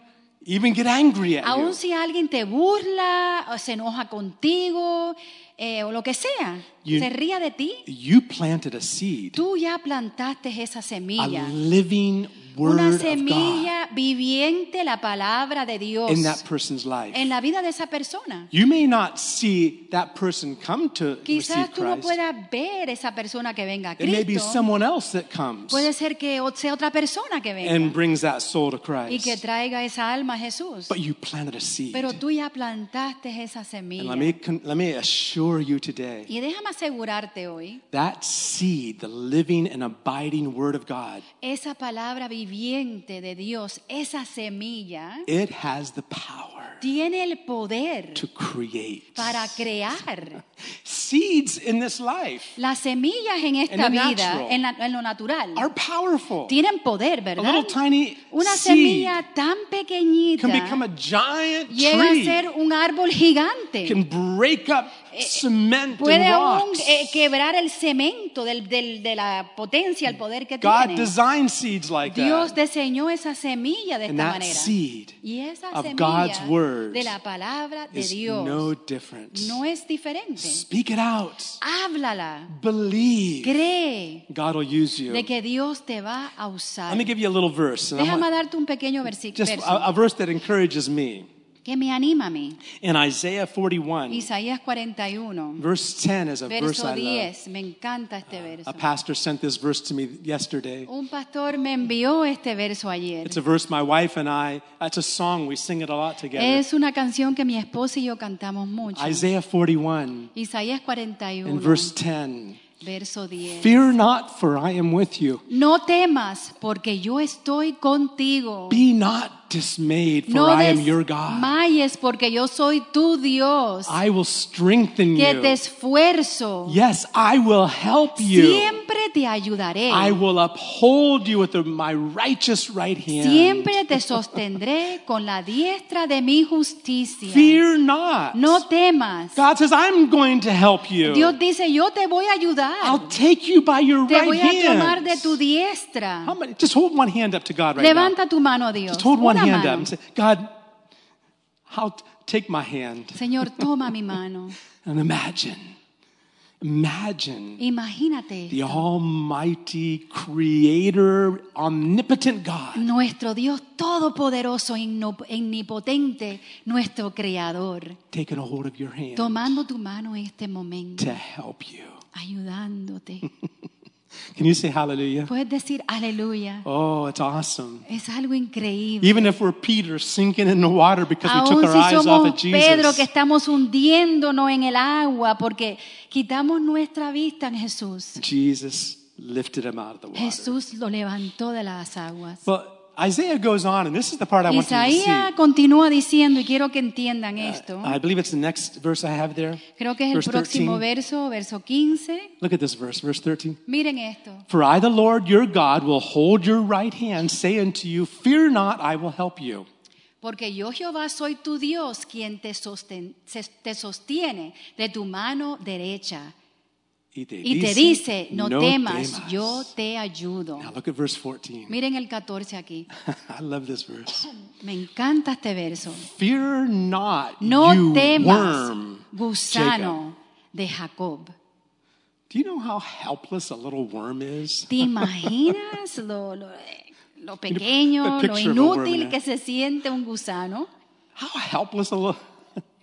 A: even get angry at you,
B: Aún si alguien te burla, o se enoja contigo, eh, o lo que sea,
A: You-
B: se ría de ti,
A: you planted a seed,
B: tú ya plantaste esa
A: a
B: semilla.
A: living word
B: Una
A: of God
B: semilla viviente, la palabra de Dios,
A: in that person's life.
B: en la vida de esa persona.
A: You may not see that person come to
B: Quizás
A: receive
B: tú no
A: Christ.
B: puedas ver esa persona que venga a
A: It may be
B: Cristo.
A: someone else that comes
B: Puede ser que o- sea otra persona que
A: and
B: venga
A: brings that soul to
B: y que
A: Christ.
B: traiga esa alma a Jesús.
A: But you planted a seed.
B: Pero tú ya plantaste esa
A: And
B: semilla.
A: let me, con- let me assure you today
B: Y déjame asegurarte hoy
A: that seed, the living and abiding Word of God,
B: Esa palabra viviente de Dios, esa semilla,
A: it has the power
B: tiene el poder
A: to create
B: para crear
A: seeds in this life
B: las semillas en
A: the
B: esta vida,
A: natural.
B: en, la- en lo natural.
A: are powerful.
B: Tienen poder,
A: A
B: ¿verdad?
A: little tiny
B: Una
A: seed
B: semilla tan
A: can become a
B: pequeñita
A: giant
B: llega a
A: tree,
B: ser un árbol gigante.
A: can break up cement
B: Eh, Puede
A: and
B: aún
A: rocks.
B: eh, quebrar el cemento del- del- de la potencia, el poder que
A: God
B: tiene.
A: designed seeds like
B: Dios
A: that.
B: diseñó esa semilla de
A: And
B: esta
A: that
B: manera.
A: seed
B: Y esa
A: of
B: semilla
A: God's word
B: de la palabra de
A: is
B: Dios
A: no different.
B: no es diferente.
A: Speak it out.
B: Háblala,
A: Believe.
B: cree
A: God will use you.
B: de que Dios te va a
A: Let
B: usar.
A: me give you a little verse. and I
B: Déjame
A: want-
B: darte un pequeño versi-
A: just uh,
B: verso
A: a, a verse that encourages me.
B: que me anima a mí.
A: In Isaiah 41,
B: Isaías 41,
A: verse 10 is a verse
B: verso
A: I love.
B: 10. Me encanta este
A: A
B: verso.
A: pastor sent this verse to me yesterday.
B: Un pastor me envió este verso ayer.
A: It's a verse my wife and I, that's a song, we sing it a lot together.
B: Es una canción que mi esposa y yo cantamos mucho.
A: Isaiah 41
B: Isaías
A: and
B: 41,
A: verse 10.
B: verso 10.
A: Fear not, for I am with you.
B: No temas, porque yo estoy contigo.
A: Be not dismayed, for
B: No
A: I am your God.
B: desmayes, porque yo soy tu Dios,
A: I will strengthen
B: que te
A: you.
B: esfuerzo.
A: Yes, I will help you.
B: Siempre te ayudaré.
A: I will uphold you with the- my righteous right hand.
B: Siempre te sostendré con la diestra de mi justicia.
A: Fear not.
B: No temas.
A: God says, I'm going to help you.
B: Dios dice, yo te voy a ayudar.
A: I'll take you by your
B: Te
A: right
B: voy a tomar de tu
A: hand.
B: diestra.
A: How many- Just hold one hand up to God right now.
B: Levanta tu mano, Dios.
A: Just hold one
B: Una
A: hand up
B: mano.
A: and say, God, how t- take my hand
B: Señor, toma mi mano.
A: and imagine, imagine
B: Imagínate.
A: the Almighty Creator, omnipotent God
B: Nuestro Dios todopoderoso, inno- omnipotente, nuestro creador,
A: taking a hold of your hand
B: tomando tu mano en este momento
A: to help you.
B: ayudándote.
A: Can you say hallelujah?
B: Puedes decir aleluya.
A: Oh, it's awesome.
B: Es algo increíble.
A: Even if we're Peter sinking in the water because we took
B: Aún
A: our
B: si
A: eyes off at
B: somos Pedro
A: Jesus,
B: que estamos hundiéndonos en el agua porque quitamos nuestra vista en Jesús.
A: Jesus lifted him out of the water.
B: Jesús lo levantó de las aguas.
A: Well, Isaiah goes on, and this is the part I want you to
B: Isaías
A: see.
B: continúa diciendo, y quiero que entiendan esto,
A: I believe it's the next verse I have there.
B: creo que es el
A: verse
B: próximo
A: 13.
B: verso, verso 15.
A: Look at this verse, verse 13.
B: Miren esto.
A: For I, the Lord your God, will hold your right hand, say unto you, Fear not, I will help you.
B: Porque yo Jehová soy tu Dios, quien te, sosten- se- te sostiene de tu mano derecha
A: Y te,
B: y te dice, no temas, yo te ayudo.
A: Now look at verse 14.
B: Miren el 14 aquí.
A: I love this verse.
B: Me encanta este verso.
A: Fear not, you
B: No temas,
A: worm, Jacob.
B: gusano de Jacob.
A: Do you know how helpless a little worm is?
B: ¿Te imaginas lo, lo- lo pequeño,
A: picture
B: lo
A: of a
B: inútil
A: worm,
B: que
A: yeah.
B: se siente un gusano?
A: How helpless a little.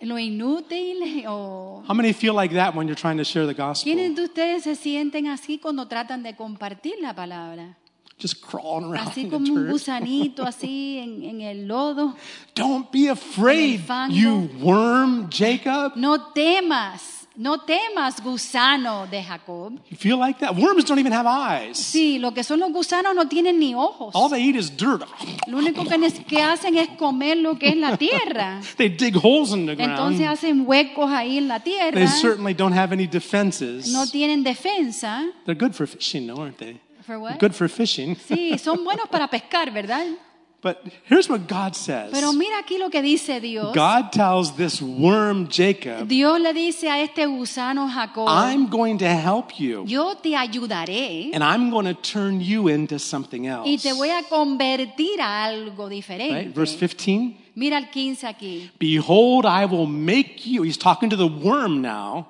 B: Lo inútil o...
A: How many feel like that when you're trying to share the gospel?
B: ¿Quiénes de ustedes se sienten así cuando tratan de compartir la palabra?
A: Just crawling around
B: Así
A: in
B: como
A: the
B: un
A: dirt.
B: gusanito así en, en el lodo.
A: Don't be afraid,
B: fango.
A: you worm, Jacob.
B: No temas, no temas, gusano de Jacob.
A: You feel like that? Worms don't even have eyes.
B: Sí, lo que son los gusanos no tienen ni ojos.
A: All they eat is dirt.
B: Lo único que, nes- que hacen es comer lo que es la tierra.
A: They dig holes in the ground.
B: Entonces hacen huecos ahí en la tierra.
A: They certainly don't have any defenses.
B: No tienen defensa.
A: They're good for fishing, though, aren't they?
B: For what?
A: Good for fishing.
B: Sí, son buenos para pescar, ¿verdad?
A: But here's what God says.
B: Pero mira aquí lo que dice Dios.
A: God tells this worm Jacob,
B: Dios le dice a este gusano Jacob,
A: I'm going to help you,
B: yo te ayudaré
A: and I'm going to turn you into something else.
B: y te voy a convertir a algo
A: Right?
B: diferente.
A: Verse 15.
B: Mira el 15 aquí.
A: Behold, I will make you. He's talking to the worm now.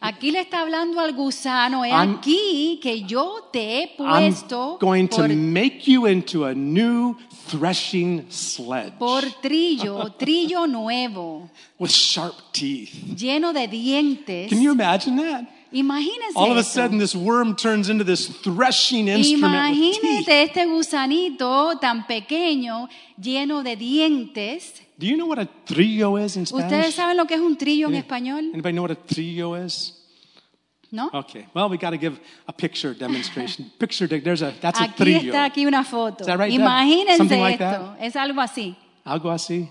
B: Aquí le está hablando al gusano, es
A: I'm-
B: aquí que yo te he
A: I'm
B: puesto
A: going to
B: por,
A: make you into a new threshing sledge
B: por trillo, trillo nuevo,
A: with sharp teeth.
B: lleno de dientes.
A: Can you imagine that?
B: Imagínense
A: All of a
B: esto.
A: sudden, this worm turns into this threshing instrument with teeth.
B: Imagínate este gusanito tan pequeño, lleno de dientes.
A: Do you know what a trillo is in
B: ¿Ustedes
A: Spanish?
B: saben lo que es un trillo en
A: Any-
B: español?
A: Anybody know what a trillo is?
B: ¿No?
A: Okay. Well, we got to give a picture demonstration. picture. de- There's a. That's a
B: Aquí
A: trillo.
B: está aquí una foto.
A: Is that right, Deb?
B: Imagínense
A: Something like
B: esto. Es algo así.
A: Algo así.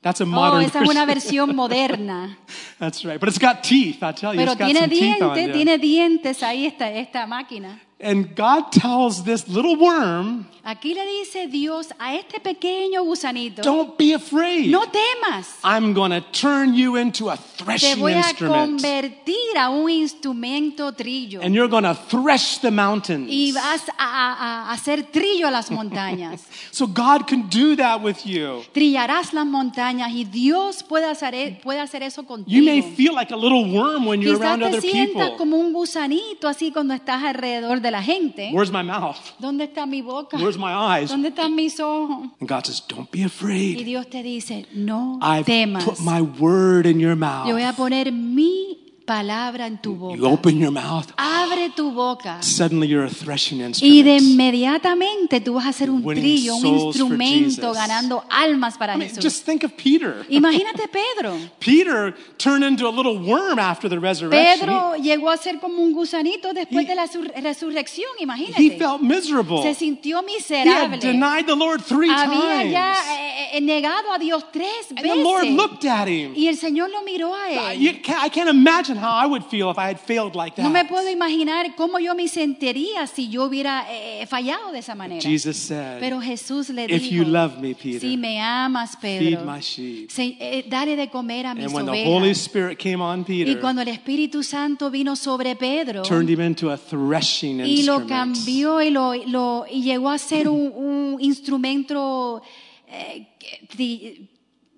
A: That's a
B: Oh,
A: modern.
B: esa es una
A: version.
B: versión moderna.
A: That's right. But it's got teeth. I tell you,
B: Pero
A: it's got
B: tiene
A: some teeth on
B: dientes,
A: there.
B: tiene dientes ahí esta, esta máquina.
A: And God tells this little worm,
B: Aquí le dice Dios a este pequeño gusanito,
A: "Don't be afraid.
B: no temas,
A: I'm going to turn you into a
B: te
A: threshing
B: voy a
A: instrument,
B: convertir a un instrumento trillo.
A: and you're going to thresh the mountains."
B: y vas a, a- a hacer trillo a las montañas.
A: So God can do that with you.
B: Trillarás las montañas y Dios puede hacer, e- puede hacer eso
A: You may
B: contigo.
A: feel like a little worm when you're
B: Quizás
A: around
B: te
A: other
B: sientas
A: people.
B: como un gusanito así cuando estás alrededor de la gente.
A: Where's my mouth?
B: ¿Dónde está mi boca?
A: Where's my eyes?
B: ¿Dónde están mis ojos?
A: And God says, Don't be
B: Y
A: afraid.
B: Dios te dice, no
A: I've
B: temas.
A: put my word in your
B: Yo voy a
A: mouth.
B: poner mi palabra en tu
A: You
B: boca.
A: open your mouth,
B: Abre tu boca.
A: suddenly you're a threshing
B: Y de
A: instrument.
B: inmediatamente tú vas a hacer un
A: Winning
B: trillo, un
A: souls for
B: instrumento
A: Jesus.
B: ganando almas para
A: I mean,
B: Jesús.
A: just think of Peter.
B: Imagínate Pedro.
A: Peter turned into a little worm after the resurrection.
B: Pedro llegó a ser como un gusanito después
A: He-
B: de la sur- resurrección,
A: He,
B: imagínate.
A: he felt miserable.
B: Se sintió
A: He had
B: miserable.
A: denied the Lord three
B: Había
A: times.
B: ya eh, eh, negado a Dios tres
A: and the Lord
B: veces.
A: looked at him.
B: Y el Señor lo miró
A: I,
B: a él.
A: you can't, I can't imagine how I would feel if I had failed like that.
B: No me puedo imaginar cómo yo me sentiría si yo hubiera eh, eh, fallado de esa manera.
A: Jesus said,
B: Pero Jesús le
A: If
B: dijo,
A: you love me, Peter,
B: si me amas,
A: Feed
B: Pedro,
A: my sheep.
B: se- eh, dale de comer a mis
A: And when the Holy
B: ovejas.
A: Spirit came on
B: Y
A: Peter,
B: cuando el Espíritu Santo vino sobre Pedro,
A: turned him into a threshing
B: y lo
A: instrument.
B: cambió y lo, lo- y llegó a ser un, un instrumento eh, que- tri-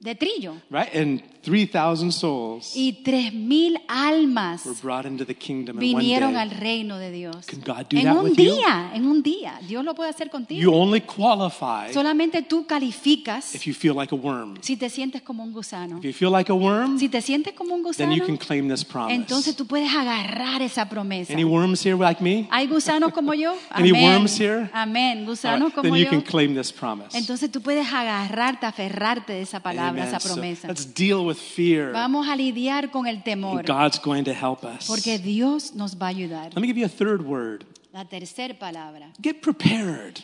B: de trillo.
A: right? And 3,000 souls
B: Y tres mil almas
A: were brought into the kingdom in one
B: vinieron al
A: day.
B: reino de Dios.
A: Can God do
B: En
A: that
B: un
A: with you?
B: día, en un día. Dios lo puede hacer
A: You
B: contigo.
A: only qualify
B: Solamente tú calificas
A: if you feel like a worm.
B: si te sientes como un gusano.
A: If you feel like a worm,
B: Si te sientes como un
A: then you
B: gusano,
A: can claim this promise.
B: entonces tú Ah, puedes agarrar esa promesa.
A: Any worms here like me?
B: ¿Hay gusanos como yo?
A: Any
B: Amén.
A: worms here?
B: Amén.
A: All
B: Gusanos
A: right, Then
B: como
A: you
B: yo.
A: can claim this promise.
B: Entonces tú puedes agarrarte, aferrarte de esa palabra,
A: Amen.
B: esa
A: So
B: promesa.
A: let's deal with fear.
B: Vamos a lidiar con el temor,
A: And God's going to help us.
B: porque Dios nos va a ayudar.
A: Let me give you a third word.
B: La tercera palabra.
A: Get prepared.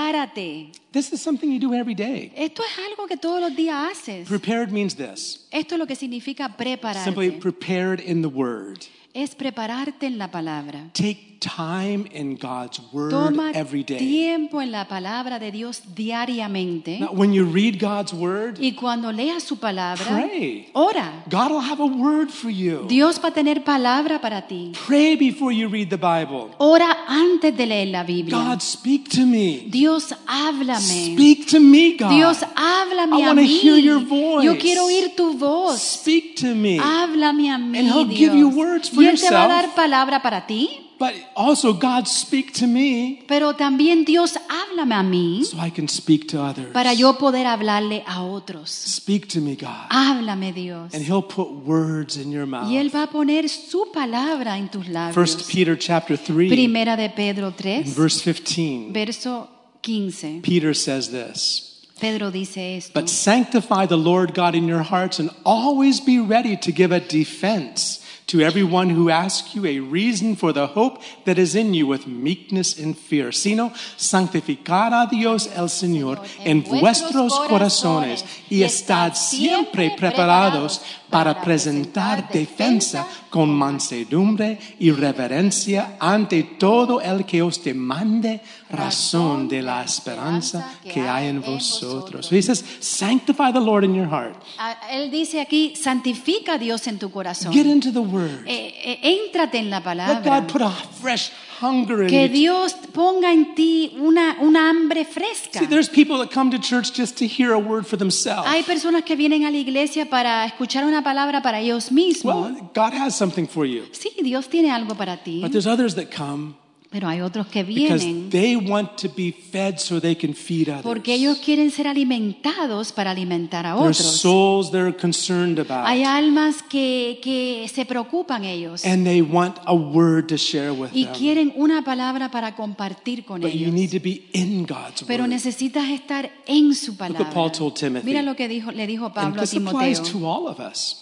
B: Prepárate.
A: This is something you do every day.
B: Esto es algo que todos los días haces.
A: Prepared means this
B: Esto es lo que significa
A: simply
B: prepararte.
A: prepared in the word.
B: Es prepararte en la palabra.
A: Take time in God's word
B: Toma
A: every day.
B: tiempo en la palabra de Dios diariamente.
A: Now, when you read God's word,
B: Y cuando leas su palabra,
A: pray.
B: ora.
A: God will have a word for you.
B: Dios va a tener palabra para ti.
A: Pray before you read the Bible.
B: Ora antes de leer la Biblia.
A: God, speak to me.
B: Dios, háblame.
A: Speak to me, God.
B: Dios, háblame
A: Ah, I
B: a
A: wanna
B: mí.
A: hear your voice.
B: Yo quiero oír tu voz.
A: Speak to me.
B: Ah. Háblame a mí,
A: And he'll
B: Dios.
A: give you words for
B: y él te va a
A: yourself.
B: dar palabra para ti,
A: But also, God, speak to me
B: pero también Dios, háblame a mí
A: so I can speak to others.
B: para yo poder hablarle a otros.
A: Speak to me, God.
B: Háblame, Dios.
A: And he'll put words in your mouth.
B: Y él va a poner su palabra en tus
A: First
B: labios.
A: Peter chapter 3,
B: Primera de Pedro
A: and
B: 3,
A: verse 15.
B: verso 15.
A: Peter says this,
B: Pedro dice esto.
A: "But sanctify the Lord God in your hearts and always be ready to give a defense to everyone who asks you a reason for the hope that is in you with meekness and fear, sino santificar a Dios el Señor en vuestros corazones y estad siempre preparados para presentar defensa con mansedumbre y reverencia ante todo el que os demande razón de la esperanza que hay en vosotros. So he says, sanctify the Lord in your heart.
B: Ah, Él dice aquí, santifica a Dios en tu corazón.
A: Get into the word.
B: Eh, eh, éntrate en la
A: Let
B: palabra.
A: God put a fresh hunger
B: Que
A: in you.
B: Dios ponga en ti una, una hambre fresca.
A: See, there's people that come to church just to hear a word for
B: Hay
A: themselves.
B: personas que vienen a la iglesia para escuchar una palabra para ellos
A: Well,
B: mismos.
A: God has something for you.
B: Sí, Dios tiene algo para ti,
A: But there's others that come
B: pero hay otros que
A: because
B: vienen
A: they want to be fed so they can feed others.
B: porque ellos quieren ser alimentados para alimentar a
A: There's
B: otros.
A: souls they're concerned about.
B: Hay almas que, que se preocupan ellos
A: And they want a word to share with
B: y
A: them.
B: quieren una palabra para compartir con
A: But you need
B: ellos.
A: to be in God's
B: Pero
A: word.
B: necesitas estar en su
A: Look what Paul
B: palabra.
A: told Timothy.
B: Mira lo que dijo, le dijo
A: and
B: Pablo a
A: this applies
B: Timoteo.
A: to all of us.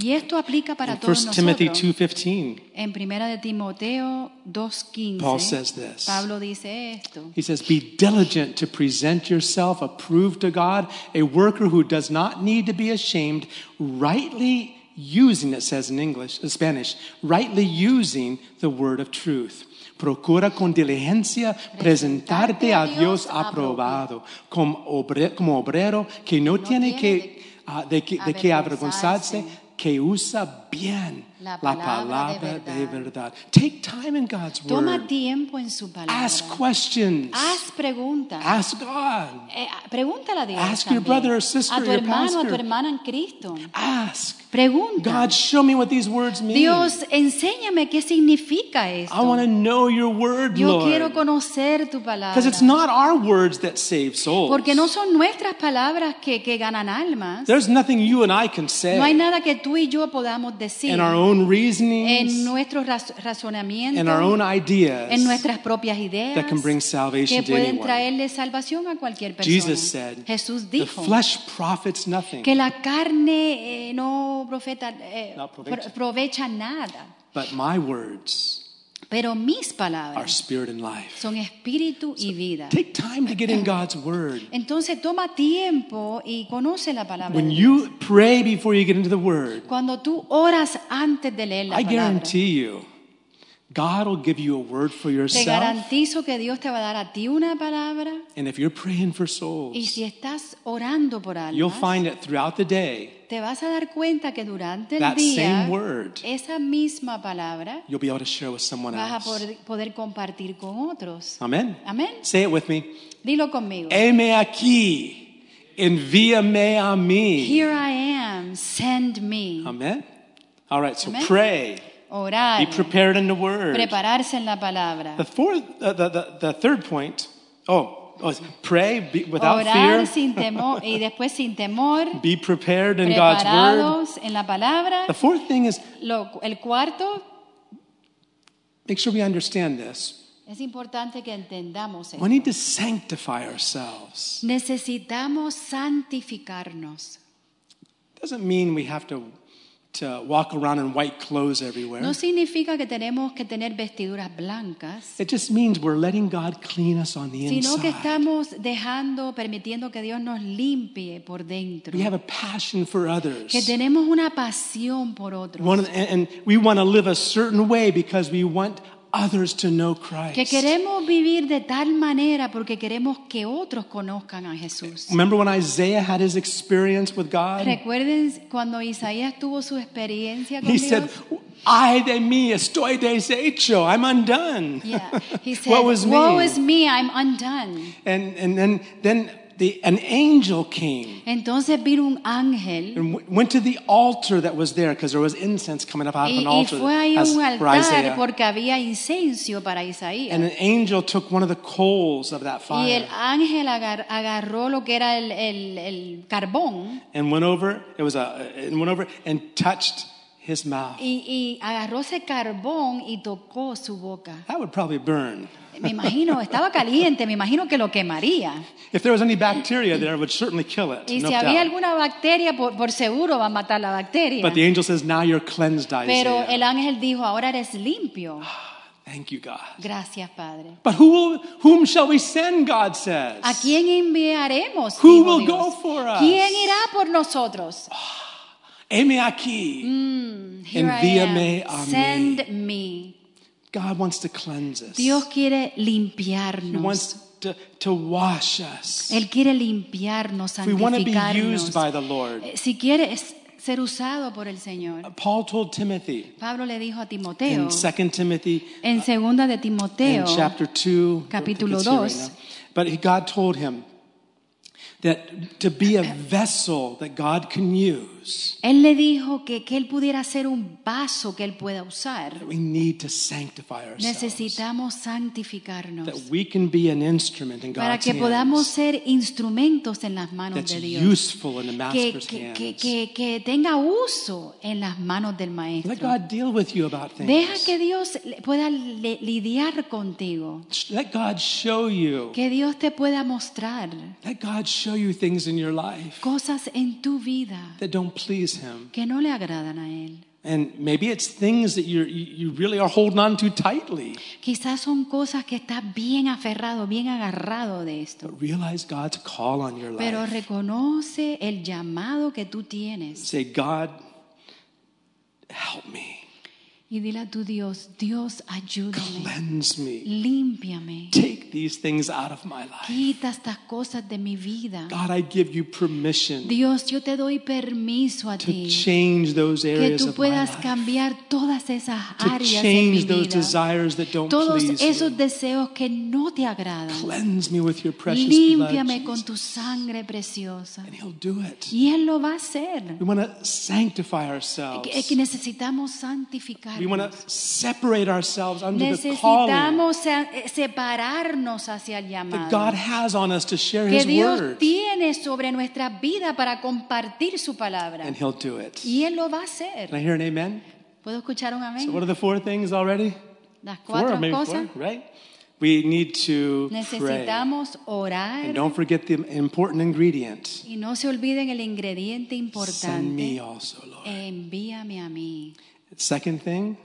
B: Y esto aplica para
A: In 1
B: todos
A: Timothy
B: nosotros.
A: 2.15,
B: En primera de Timoteo
A: Paul
B: 2:15
A: says this.
B: Pablo dice esto.
A: He says, Be diligent to present yourself approved to God, a worker who does not need to be ashamed, rightly using, it says in English, in Spanish, rightly using the word of truth. Procura con diligencia presentarte a Dios aprobado, como, obre- como obrero que no, tiene que,
B: tiene
A: ah, de que, de que avergonzarse, que usa bien la palabra, de, verdad. Take time in God's
B: Toma
A: word.
B: tiempo en su palabra.
A: Ask questions.
B: Haz preguntas.
A: Ask God.
B: Eh, pregúntale a Dios.
A: Ask
B: también.
A: your brother or sister
B: a tu
A: or your
B: hermano, a tu
A: pastor.
B: hermana en Cristo.
A: Ask.
B: Pregunta.
A: God, show me what these words mean.
B: Dios, enséñame qué significa
A: I want to
B: esto.
A: know your word,
B: Yo quiero
A: Lord.
B: conocer tu palabra.
A: Because it's not our words that save souls.
B: Porque no son nuestras palabras que, que ganan almas.
A: There's nothing you and I can say
B: No hay nada que tú y yo podamos decir
A: in our own
B: en
A: reasonings,
B: nuestros raz- razonamientos.
A: in our own ideas
B: en nuestras propias ideas
A: that can bring
B: que
A: salvation to
B: pueden
A: anyone.
B: traerle salvación a cualquier persona.
A: Jesus said,
B: Jesús
A: the
B: dijo
A: flesh profits nothing,
B: que la carne eh, no profeta, eh,
A: No
B: pro-
A: aprovecha.
B: aprovecha nada,
A: but my words
B: pero mis
A: are
B: palabras
A: spirit and life.
B: son espíritu y vida.
A: Take time to get in God's word.
B: Entonces toma tiempo y conoce la palabra.
A: When
B: de Dios.
A: you pray before you get into the word,
B: Cuando tú oras antes de leer la
A: I
B: palabra,
A: guarantee you, God will give you a word for
B: te
A: yourself.
B: garantizo que Dios te va a dar a ti una palabra
A: And if you're praying for
B: y
A: souls,
B: si estás orando por
A: you'll
B: almas,
A: find it throughout the day.
B: te vas a dar cuenta que durante el
A: That
B: día
A: same word,
B: esa misma palabra
A: you'll be able to share with someone
B: vas a
A: else.
B: poder, poder compartir
A: Ah.
B: con otros.
A: Amen.
B: Amén.
A: Say it with me.
B: Dilo conmigo.
A: Heme aquí. envíame a mí.
B: Here I am, send me.
A: Amen. All right, so
B: Amen.
A: pray.
B: Orar.
A: Be prepared in the word.
B: Prepararse en la palabra.
A: The fourth, uh, the, the, the third point. Oh, oh, it's pray be, without
B: Orar
A: fear.
B: sin temor y después sin temor,
A: Be prepared in God's word.
B: preparados en la palabra.
A: The fourth thing is
B: Lo- el cuarto,
A: make sure we understand this.
B: es importante que entendamos esto.
A: We need to sanctify ourselves.
B: Necesitamos santificarnos.
A: Doesn't mean we have to to walk around in white clothes everywhere.
B: No significa que tenemos que tener vestiduras blancas,
A: It just means we're letting God clean us on the
B: sino
A: inside.
B: que estamos dejando, permitiendo que Dios nos limpie por dentro.
A: We have a passion for others.
B: Que tenemos una pasión por otros.
A: One, and, and we want to live a certain way because we want others to know Christ.
B: Que queremos vivir de tal manera porque queremos que otros conozcan a Jesús.
A: Remember when Isaiah had his experience with God?
B: Recuerden cuando Isaías tuvo su experiencia con
A: He
B: Dios.
A: said, I de mi estoy deshecho. I'm undone.
B: Yeah. He said,
A: Woe is me.
B: "Woe is me, I'm undone."
A: And, and then, then the, an angel came
B: Entonces vino un ángel
A: and w- went to the altar that was there because there was incense coming up out of
B: y,
A: an
B: y
A: altar
B: fue ahí a
A: as-
B: un
A: for
B: altar
A: Isaiah.
B: porque había incenso para
A: And
B: Isaías.
A: an angel took one of the coals of that
B: Y el
A: fire
B: ángel agar- agarró lo que era el, el- el carbón
A: and went over. It was a and went over and touched his mouth.
B: y, y agarró ese carbón y tocó su boca.
A: That would probably burn.
B: Me imagino, estaba caliente, me imagino que lo quemaría.
A: If there was any bacteria there, it would certainly kill it.
B: Y
A: no
B: si había
A: doubt.
B: alguna bacteria, por, por seguro va a matar la bacteria.
A: But the angel says, "Now you're cleansed, Isaiah."
B: Pero el ángel dijo, ahora eres limpio.
A: Thank you, God.
B: Gracias, Padre.
A: But who will, whom shall we send? God says.
B: ¿A quién enviaremos?
A: Who
B: dijo
A: will
B: Dios.
A: go for us?
B: ¿Quién irá por nosotros?
A: Heme aquí.
B: Here I
A: Envíame
B: am.
A: a mí.
B: Send me.
A: God wants to cleanse us.
B: Dios quiere
A: He
B: limpiarnos.
A: wants to, to wash us.
B: Él quiere limpiarnos,
A: If we want to be used by
B: santificarnos.
A: the Lord,
B: Eh, Si quiere es ser usado por el Señor.
A: Paul told Timothy
B: Pablo le dijo a
A: in
B: Timoteo
A: 2 Timothy
B: en segunda de
A: in
B: Timoteo
A: chapter 2 I think
B: capítulo
A: it's here
B: dos.
A: now. but he- god told him that to be a vessel that god can use
B: Él le dijo que, que él pudiera ser un vaso que él pueda usar.
A: we need to sanctify ourselves
B: Necesitamos
A: that
B: santificarnos
A: we can be an instrument in
B: para
A: god's
B: que podamos
A: hands
B: ser instrumentos en las manos
A: that's
B: de Dios.
A: useful in the
B: Que,
A: master's
B: que- que-
A: hands
B: que- que tenga uso en las manos del
A: let
B: Maestro.
A: god deal with you about
B: Deja
A: things
B: que Dios le- pueda le- lidiar contigo.
A: let god show you
B: Que Dios te pueda mostrar
A: let god show you things in your life
B: cosas en tu vida
A: that don't please him
B: que no le agradan a Él.
A: and maybe it's things that you're, you you really are holding on to tightly
B: Quizás son cosas que estás bien aferrado, bien agarrado de esto.
A: But realize God's call on your
B: Pero
A: life.
B: reconoce el llamado que tú tienes
A: Say, God, help me,
B: y dile a tu Dios, Dios, ayúdame,
A: cleanse me,
B: límpiame,
A: take these things out of my life.
B: quita estas cosas de mi vida.
A: God, I give you permission
B: Dios, yo te doy permiso a
A: to
B: ti
A: change those
B: que
A: areas
B: tú
A: of my
B: puedas
A: life,
B: cambiar todas esas
A: to
B: áreas en mi
A: change those
B: vida,
A: desires that don't
B: todos
A: please
B: esos
A: you.
B: deseos que no te agradan.
A: Cleanse me with your precious blood,
B: Límpiame con
A: Jesus.
B: tu sangre preciosa.
A: and He'll do it.
B: Y Él lo va a hacer.
A: We want to sanctify ourselves.
B: Que que necesitamos
A: We want
B: santificarnos.
A: to separate ourselves under the calling
B: Necesitamos se- separarnos hacia el
A: that
B: llamado
A: God has on us to share
B: que
A: His
B: Dios
A: word,
B: tiene sobre nuestra vida para compartir su palabra.
A: and He'll do it.
B: Y Él lo va a
A: Can I
B: hacer.
A: hear an amen?
B: ¿Puedo escuchar un
A: So what
B: amén?
A: are the four things already?
B: Las
A: Four,
B: cuatro
A: maybe
B: cosas.
A: four, right? We need to pray.
B: Necesitamos
A: And
B: orar
A: don't forget the important ingredient.
B: y no se olviden el ingrediente
A: Send me
B: importante.
A: also, Lord.
B: Envíame a mí.
A: Second thing,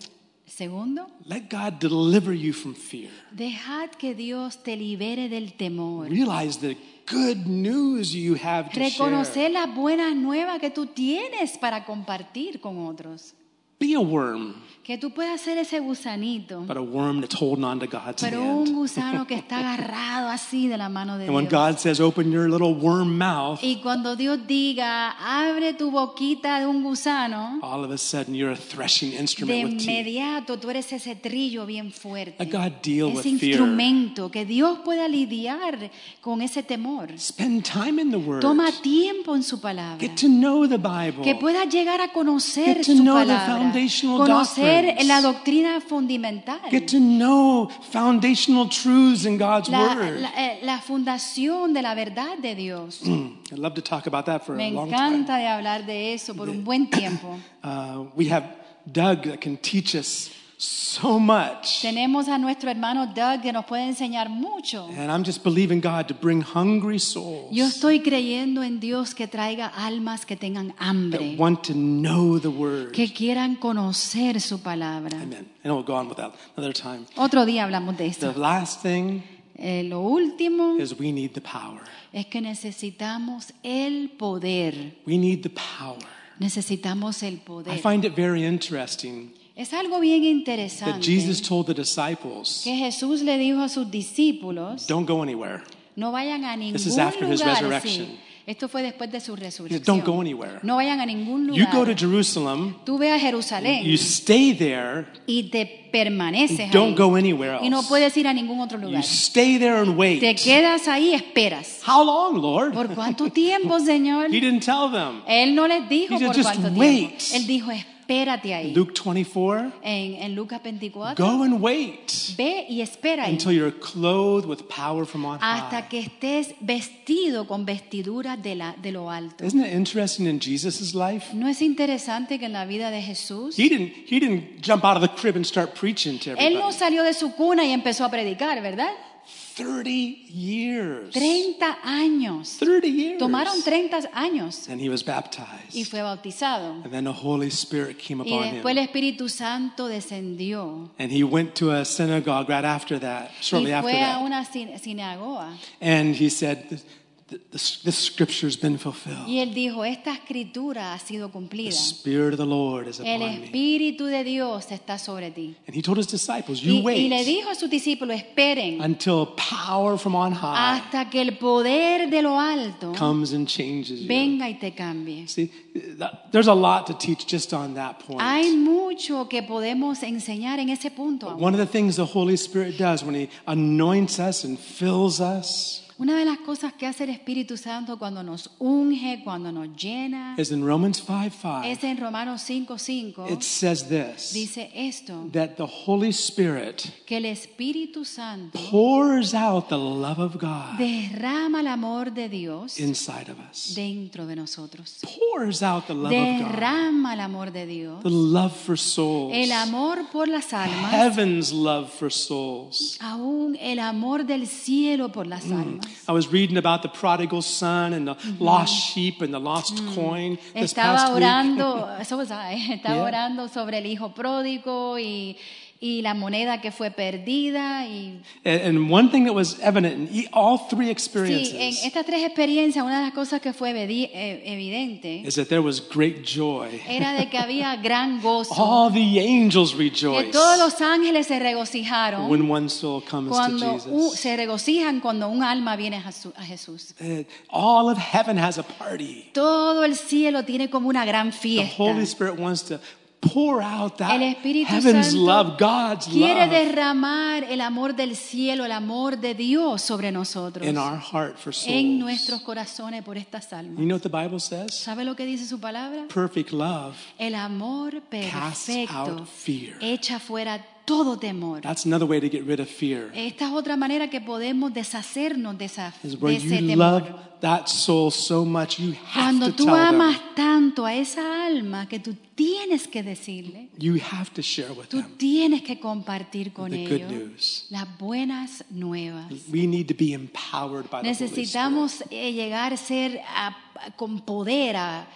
B: Segundo,
A: let God deliver you from fear.
B: dejad que Dios te libere del temor.
A: Realize the good news you have to share.
B: Reconocer las buenas nuevas que tú tienes para compartir con otros.
A: Be a worm,
B: Que tú puedas ser ese gusanito,
A: but a worm that's holding on to God's
B: pero un
A: hand.
B: gusano que está agarrado así de la mano de
A: And when
B: Dios.
A: God says, open your little worm mouth,
B: Y cuando Dios diga, abre tu boquita de un gusano,
A: all of a sudden you're a threshing
B: de
A: instrument with teeth.
B: inmediato tú eres ese trillo bien fuerte.
A: Let God deal with
B: Ese
A: fear.
B: instrumento que Dios pueda lidiar con ese temor.
A: Spend time in the Word.
B: Toma tiempo en su palabra.
A: Get to know the
B: Que
A: Bible.
B: puedas llegar a conocer
A: Get to
B: su
A: know the
B: palabra.
A: foundational
B: Conocer
A: doctrines.
B: la doctrina fundamental.
A: Get to know foundational truths in God's
B: La,
A: Word.
B: la- eh, la fundación de la verdad de Dios.
A: Hmm. I'd love to talk about that for
B: Me
A: a long time.
B: encanta de hablar de eso por un buen tiempo.
A: Uh, we have Doug that can teach us so much.
B: Tenemos a nuestro hermano Doug que nos puede enseñar mucho.
A: And I'm just believing God to bring hungry souls
B: Yo estoy creyendo en Dios que traiga almas que tengan hambre,
A: that want to know the Word.
B: que quieran conocer su palabra.
A: Amen. And we'll go on with that another time.
B: Otro día hablamos de
A: The
B: eso.
A: last thing
B: Eh, lo último
A: is we need the power.
B: es que necesitamos el poder.
A: We need the power.
B: Necesitamos el
A: I
B: poder.
A: find it very interesting
B: Es algo bien
A: that
B: interesante
A: Jesus told the disciples,
B: que Jesús le dijo a sus discípulos,
A: don't go anywhere.
B: no vayan a ningún
A: This is after his
B: lugar.
A: resurrection.
B: sí. Esto fue después de su
A: He said, don't go
B: resurrección.
A: anywhere.
B: No vayan a ningún
A: You go to
B: lugar.
A: Jerusalem,
B: Tú ve a Jerusalén
A: you stay there,
B: y te permaneces
A: don't
B: ahí.
A: go anywhere
B: y no
A: else.
B: puedes ir a ningún otro
A: You
B: lugar.
A: stay there and
B: Te
A: wait.
B: quedas ahí, esperas.
A: How long, Lord?
B: ¿Por cuánto tiempo, Señor?
A: He didn't tell them.
B: Él no les dijo
A: He said,
B: por
A: "Just
B: cuánto
A: wait."
B: tiempo. Él dijo, espérate ahí.
A: Luke 24,
B: En, en Lucas 24,
A: go and wait
B: ve y espera ahí
A: until you're clothed with power from on
B: hasta
A: high.
B: que estés vestido con vestiduras de, la, de lo alto.
A: Isn't it interesting in Jesus' life?
B: ¿No es interesante que en la vida de Jesús,
A: He didn't, he didn't jump out of the crib and start preaching to
B: Él no
A: everybody.
B: salió de su cuna y empezó a predicar, ¿verdad?
A: 30 years.
B: 30 años.
A: 30 years.
B: Tomaron 30 años
A: And he was
B: y
A: baptized.
B: fue bautizado.
A: And then the Holy Spirit came
B: Y
A: upon
B: después el
A: him.
B: Espíritu Santo descendió
A: And he went to a synagogue right after that,
B: y
A: shortly after
B: fue a
A: that.
B: una sin- sinagoga.
A: And he said, "This- this, this scripture's been fulfilled.
B: Y él dijo, esta escritura ha sido
A: The
B: cumplida.
A: Spirit of the Lord is
B: El
A: upon me.
B: Espíritu de Dios está sobre ti.
A: And he told his disciples,
B: Y,
A: You
B: y le
A: wait
B: dijo a sus discípulos, esperen
A: until power from
B: "Ah,
A: on high
B: hasta que el poder de lo alto
A: comes and changes you.
B: venga y te cambie.
A: See, that- there's a lot to teach just on that
B: Hay
A: point.
B: mucho que podemos enseñar en ese punto. aún.
A: One of the things the Holy Spirit does when he anoints us and fills us
B: Una de las cosas que hace el Espíritu Santo cuando nos unge, cuando nos llena,
A: is in Romans 5
B: es
A: 5,
B: en Romanos 5:5.
A: it says this
B: Dice esto,
A: that the Holy Spirit
B: que el Espíritu Santo
A: pours out the love of God
B: derrama el amor de Dios
A: inside of us,
B: dentro de nosotros.
A: pours out the love of God,
B: Derrama el amor de Dios,
A: the love for souls.
B: el amor por las almas,
A: Heaven's love for souls.
B: aún el amor del cielo por las almas.
A: I was reading about the prodigal son and the lost sheep and the lost coin this
B: Mm. Estaba
A: past week.
B: orando, eso was I, estaba
A: Yeah.
B: orando sobre el hijo pródigo y, y la moneda que fue perdida y
A: And, and one thing that was evident in e- all three
B: sí,
A: experiences
B: en estas tres experiencias una de las cosas que fue evidi- eh, evidente
A: is that there was great joy.
B: era de que había gran gozo.
A: All the angels
B: que
A: rejoice
B: todos los ángeles se regocijaron
A: when one soul comes
B: cuando
A: to
B: u-
A: Jesus.
B: se regocijan cuando un alma viene a su- a Jesús.
A: Uh, All of heaven has a party.
B: Todo el cielo tiene como una gran
A: The
B: fiesta.
A: Holy Spirit wants to pour out that
B: El Espíritu
A: heaven's
B: Santo
A: love, God's
B: quiere
A: love
B: derramar el amor del cielo, el amor de Dios sobre nosotros,
A: in our heart for souls.
B: en nuestros corazones por estas
A: You
B: almas.
A: know what the Bible says?
B: ¿Sabe lo que dice su palabra?
A: Perfect love.
B: El amor
A: Casts
B: perfecto
A: out fear.
B: echa fuera todo temor.
A: That's another way to get rid of fear.
B: Esta es otra manera que podemos deshacernos de, esa,
A: Is where
B: de
A: you
B: ese temor.
A: love that soul so much you have
B: Cuando
A: to tell
B: tú amas
A: them.
B: tanto a esa alma que tú tienes que decirle,
A: You have to share with
B: tú
A: them
B: tienes que compartir con
A: the good
B: ellos
A: news.
B: las buenas nuevas.
A: We need to be empowered by the Holy Spirit.
B: Necesitamos eh, llegar a ser a- con poder a,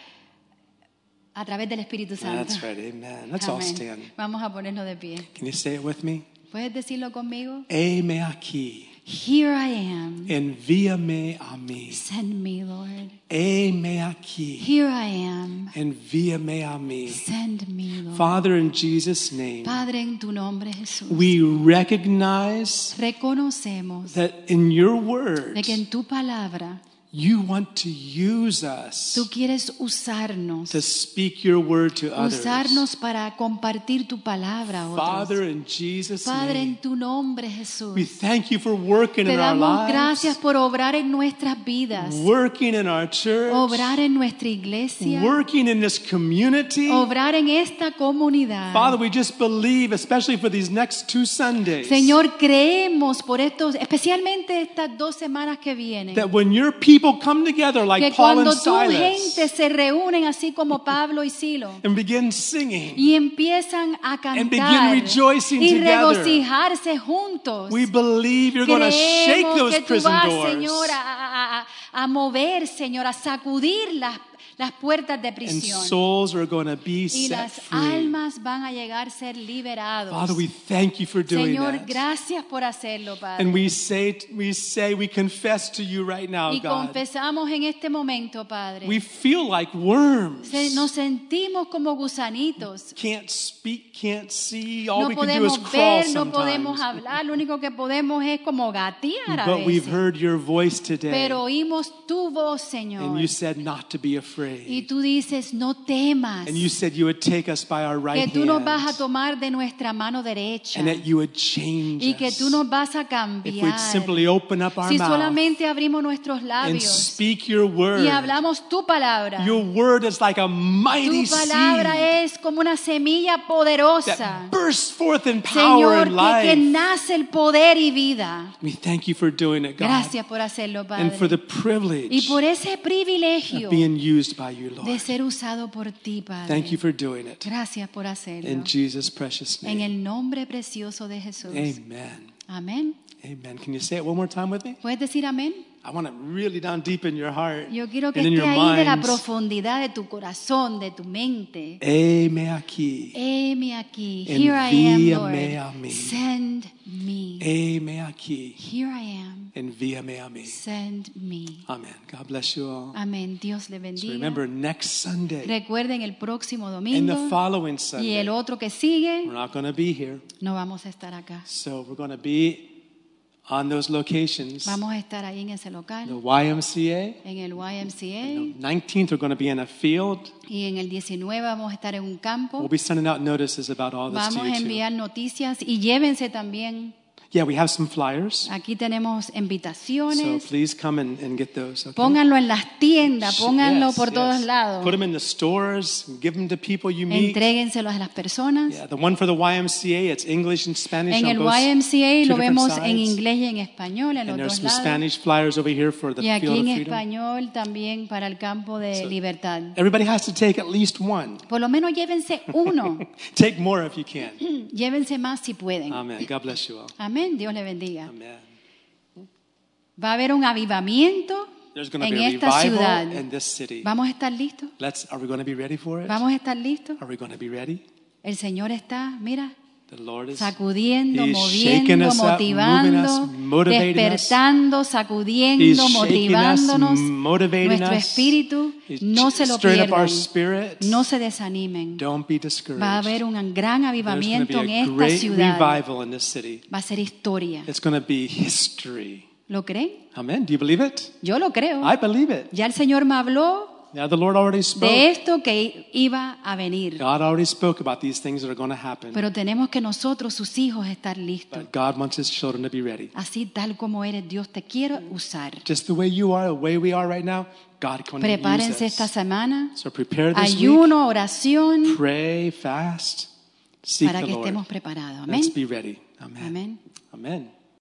B: a través del Espíritu Santo.
A: That's right. Amen. Let's all
B: Amén.
A: stand.
B: Vamos a ponernos de pie.
A: Can you say it with me?
B: ¿Puedes decirlo conmigo?
A: Heme aquí.
B: Here I am.
A: Envíame a mí.
B: Send me, Lord.
A: Heme aquí.
B: Here I am.
A: Envíame a mí.
B: Send me, Lord.
A: Father, in Jesus' name,
B: Padre, en tu nombre, Jesús,
A: we recognize
B: reconocemos
A: that in your word,
B: de que en tu palabra
A: you want to use us
B: tú quieres usarnos,
A: to speak your word to others.
B: usarnos para compartir tu palabra a
A: Father,
B: otros.
A: in Jesus'
B: Padre,
A: name,
B: en tu nombre,
A: we
B: Jesús,
A: thank you for working
B: te
A: in our
B: damos gracias
A: lives,
B: por obrar en nuestras vidas,
A: working in our church,
B: obrar en nuestra iglesia,
A: working in this community.
B: obrar en esta comunidad.
A: Father, we just believe, especially for these next two Sundays,
B: Señor, creemos por estos, especialmente estas dos semanas que vienen,
A: that when your people come together
B: que
A: like Paul and
B: cuando tu gente
A: Silas
B: se reúnen así como Pablo y Silo
A: and begin singing,
B: y empiezan a cantar
A: begin rejoicing
B: y
A: together.
B: regocijarse juntos,
A: we believe you're going to shake
B: creemos
A: those
B: que tú
A: prison
B: vas,
A: doors
B: Señor, a, a- a- a mover, Señor, a sacudir las, las puertas de
A: and
B: prisión
A: souls are going to be
B: y
A: set
B: las
A: free.
B: almas van a llegar a ser liberados.
A: Father, we thank you for doing
B: Señor,
A: that.
B: gracias por hacerlo, Padre.
A: And we say, we say, we confess to you right now,
B: Y
A: God.
B: confesamos en este momento, Padre.
A: We feel like worms.
B: Se- nos sentimos como gusanitos.
A: Can't speak, can't see. All
B: No
A: we can do is
B: podemos
A: crawl
B: ver, no podemos
A: sometimes.
B: hablar. Lo único que podemos es como gatear a
A: But we've
B: veces.
A: heard your voice today.
B: Pero oímos tu voz,
A: And
B: Señor.
A: you said not to be
B: Y
A: afraid.
B: tú dices, no temas.
A: And you said you would take us by our right
B: Que tú nos vas a
A: hand.
B: tomar de nuestra mano derecha.
A: And that you would change
B: Y que
A: us.
B: tú nos vas a
A: If we'd
B: cambiar.
A: simply open up our
B: Si
A: mouth
B: solamente abrimos nuestros
A: and
B: labios
A: speak your
B: y
A: word.
B: hablamos tu palabra.
A: Your word is like a mighty
B: Tu
A: seed
B: palabra es como una semilla
A: that
B: poderosa.
A: bursts forth in power
B: Señor,
A: and
B: que, que
A: life.
B: nace el poder y vida.
A: We thank you for doing it, God.
B: Gracias por hacerlo,
A: And for the
B: Padre.
A: privilege
B: Y por ese privilegio
A: of being used by you,
B: de
A: Lord.
B: ser usado por ti,
A: Thank you
B: Padre.
A: for doing it.
B: Gracias por hacerlo.
A: In Jesus' precious
B: En
A: name.
B: el nombre precioso de Jesús.
A: Amen.
B: Amén.
A: Amen. Can you say it one more time with me?
B: ¿Puedes decir amén?
A: I want it really down deep in your heart
B: Yo quiero que
A: and in
B: esté
A: your
B: ahí de la
A: mind.
B: profundidad de tu corazón, de tu mente.
A: Heme aquí.
B: Heme aquí. Here I am,
A: Envíame a
B: Lord.
A: mí. Eh.
B: Send me.
A: Heme aquí.
B: Here I am.
A: Envíame a mí.
B: Send me.
A: Amen. God bless you all.
B: Amén. Dios le
A: So
B: bendiga.
A: remember, next Sunday
B: Recuerden el próximo
A: and the
B: domingo
A: following
B: y el
A: Sunday,
B: otro que sigue
A: we're not going to be here.
B: no vamos a estar acá.
A: So we're going to be on those locations. The
B: Vamos a estar ahí en ese local,
A: YMCA.
B: en el YMCA
A: 19th, we're going to be in a field.
B: y en el 19 vamos a estar en un
A: We'll
B: campo.
A: be sending out notices about all this
B: Vamos
A: to
B: a
A: you too.
B: enviar noticias y llévense también.
A: Yeah, we have some flyers.
B: Aquí tenemos
A: So
B: invitaciones.
A: please come and, and get those. okay?
B: Pónganlo en las tiendas, pónganlo
A: Yes,
B: por todos
A: yes.
B: lados.
A: Put them in the stores, give them to people you meet.
B: Entréguenselos a las personas.
A: Yeah, the one for the YMCA, it's English and Spanish
B: En
A: on
B: el
A: both
B: YMCA
A: two
B: lo
A: different
B: vemos en
A: sides.
B: inglés y en español,
A: And
B: en los
A: there's
B: dos
A: some
B: lados.
A: Spanish flyers over here for the
B: Y aquí
A: Field of
B: en
A: Freedom.
B: español también para el campo de
A: So-
B: libertad.
A: Everybody has to take at least one.
B: Por lo menos llévense uno,
A: Take more if you can.
B: llévense más si pueden.
A: Amen. God bless you all.
B: Amén, Dios le bendiga.
A: Amen.
B: Va a haber un avivamiento
A: There's going to
B: en
A: be a
B: esta
A: revival
B: ciudad.
A: in this city.
B: ¿Vamos a estar listos?
A: Let's. Are we going to be ready for it?
B: ¿Vamos a estar listos?
A: Are we going to be ready?
B: El Señor está, mira,
A: The Lord is.
B: sacudiendo,
A: He's shaking
B: moviendo,
A: us up, moving us,
B: motivando,
A: motivating us.
B: despertando,
A: He's
B: sacudiendo,
A: shaking us,
B: motivándonos.
A: motivating
B: Nuestro
A: us.
B: espíritu
A: He's
B: no se lo
A: stirring up our
B: pierdan,
A: spirit.
B: no se desanimen.
A: Don't be
B: Va a
A: discouraged.
B: haber un gran
A: There's going to
B: avivamiento en
A: be a
B: esta
A: great
B: ciudad.
A: revival in this city.
B: Va a ser historia.
A: It's going to be history.
B: ¿Lo creen?
A: Amen. Do you believe it?
B: Yo lo creo.
A: I believe it.
B: Ya el Señor me habló
A: Now the Lord already
B: de
A: spoke.
B: esto que iba a venir.
A: God already spoke about these things that are going to happen.
B: Pero tenemos que nosotros, sus hijos, estar listos.
A: But God wants His children to be ready.
B: Así tal como eres, Dios te quiero usar.
A: Just the way you are, the way we are right now, God can use
B: Prepárense esta
A: us.
B: semana.
A: So prepare this week.
B: Ayuno, oración,
A: Pray, fast, seek
B: para
A: the
B: que
A: Lord.
B: estemos preparados.
A: Let's
B: Amén.
A: be ready. Amen.
B: Amén.
A: Amen.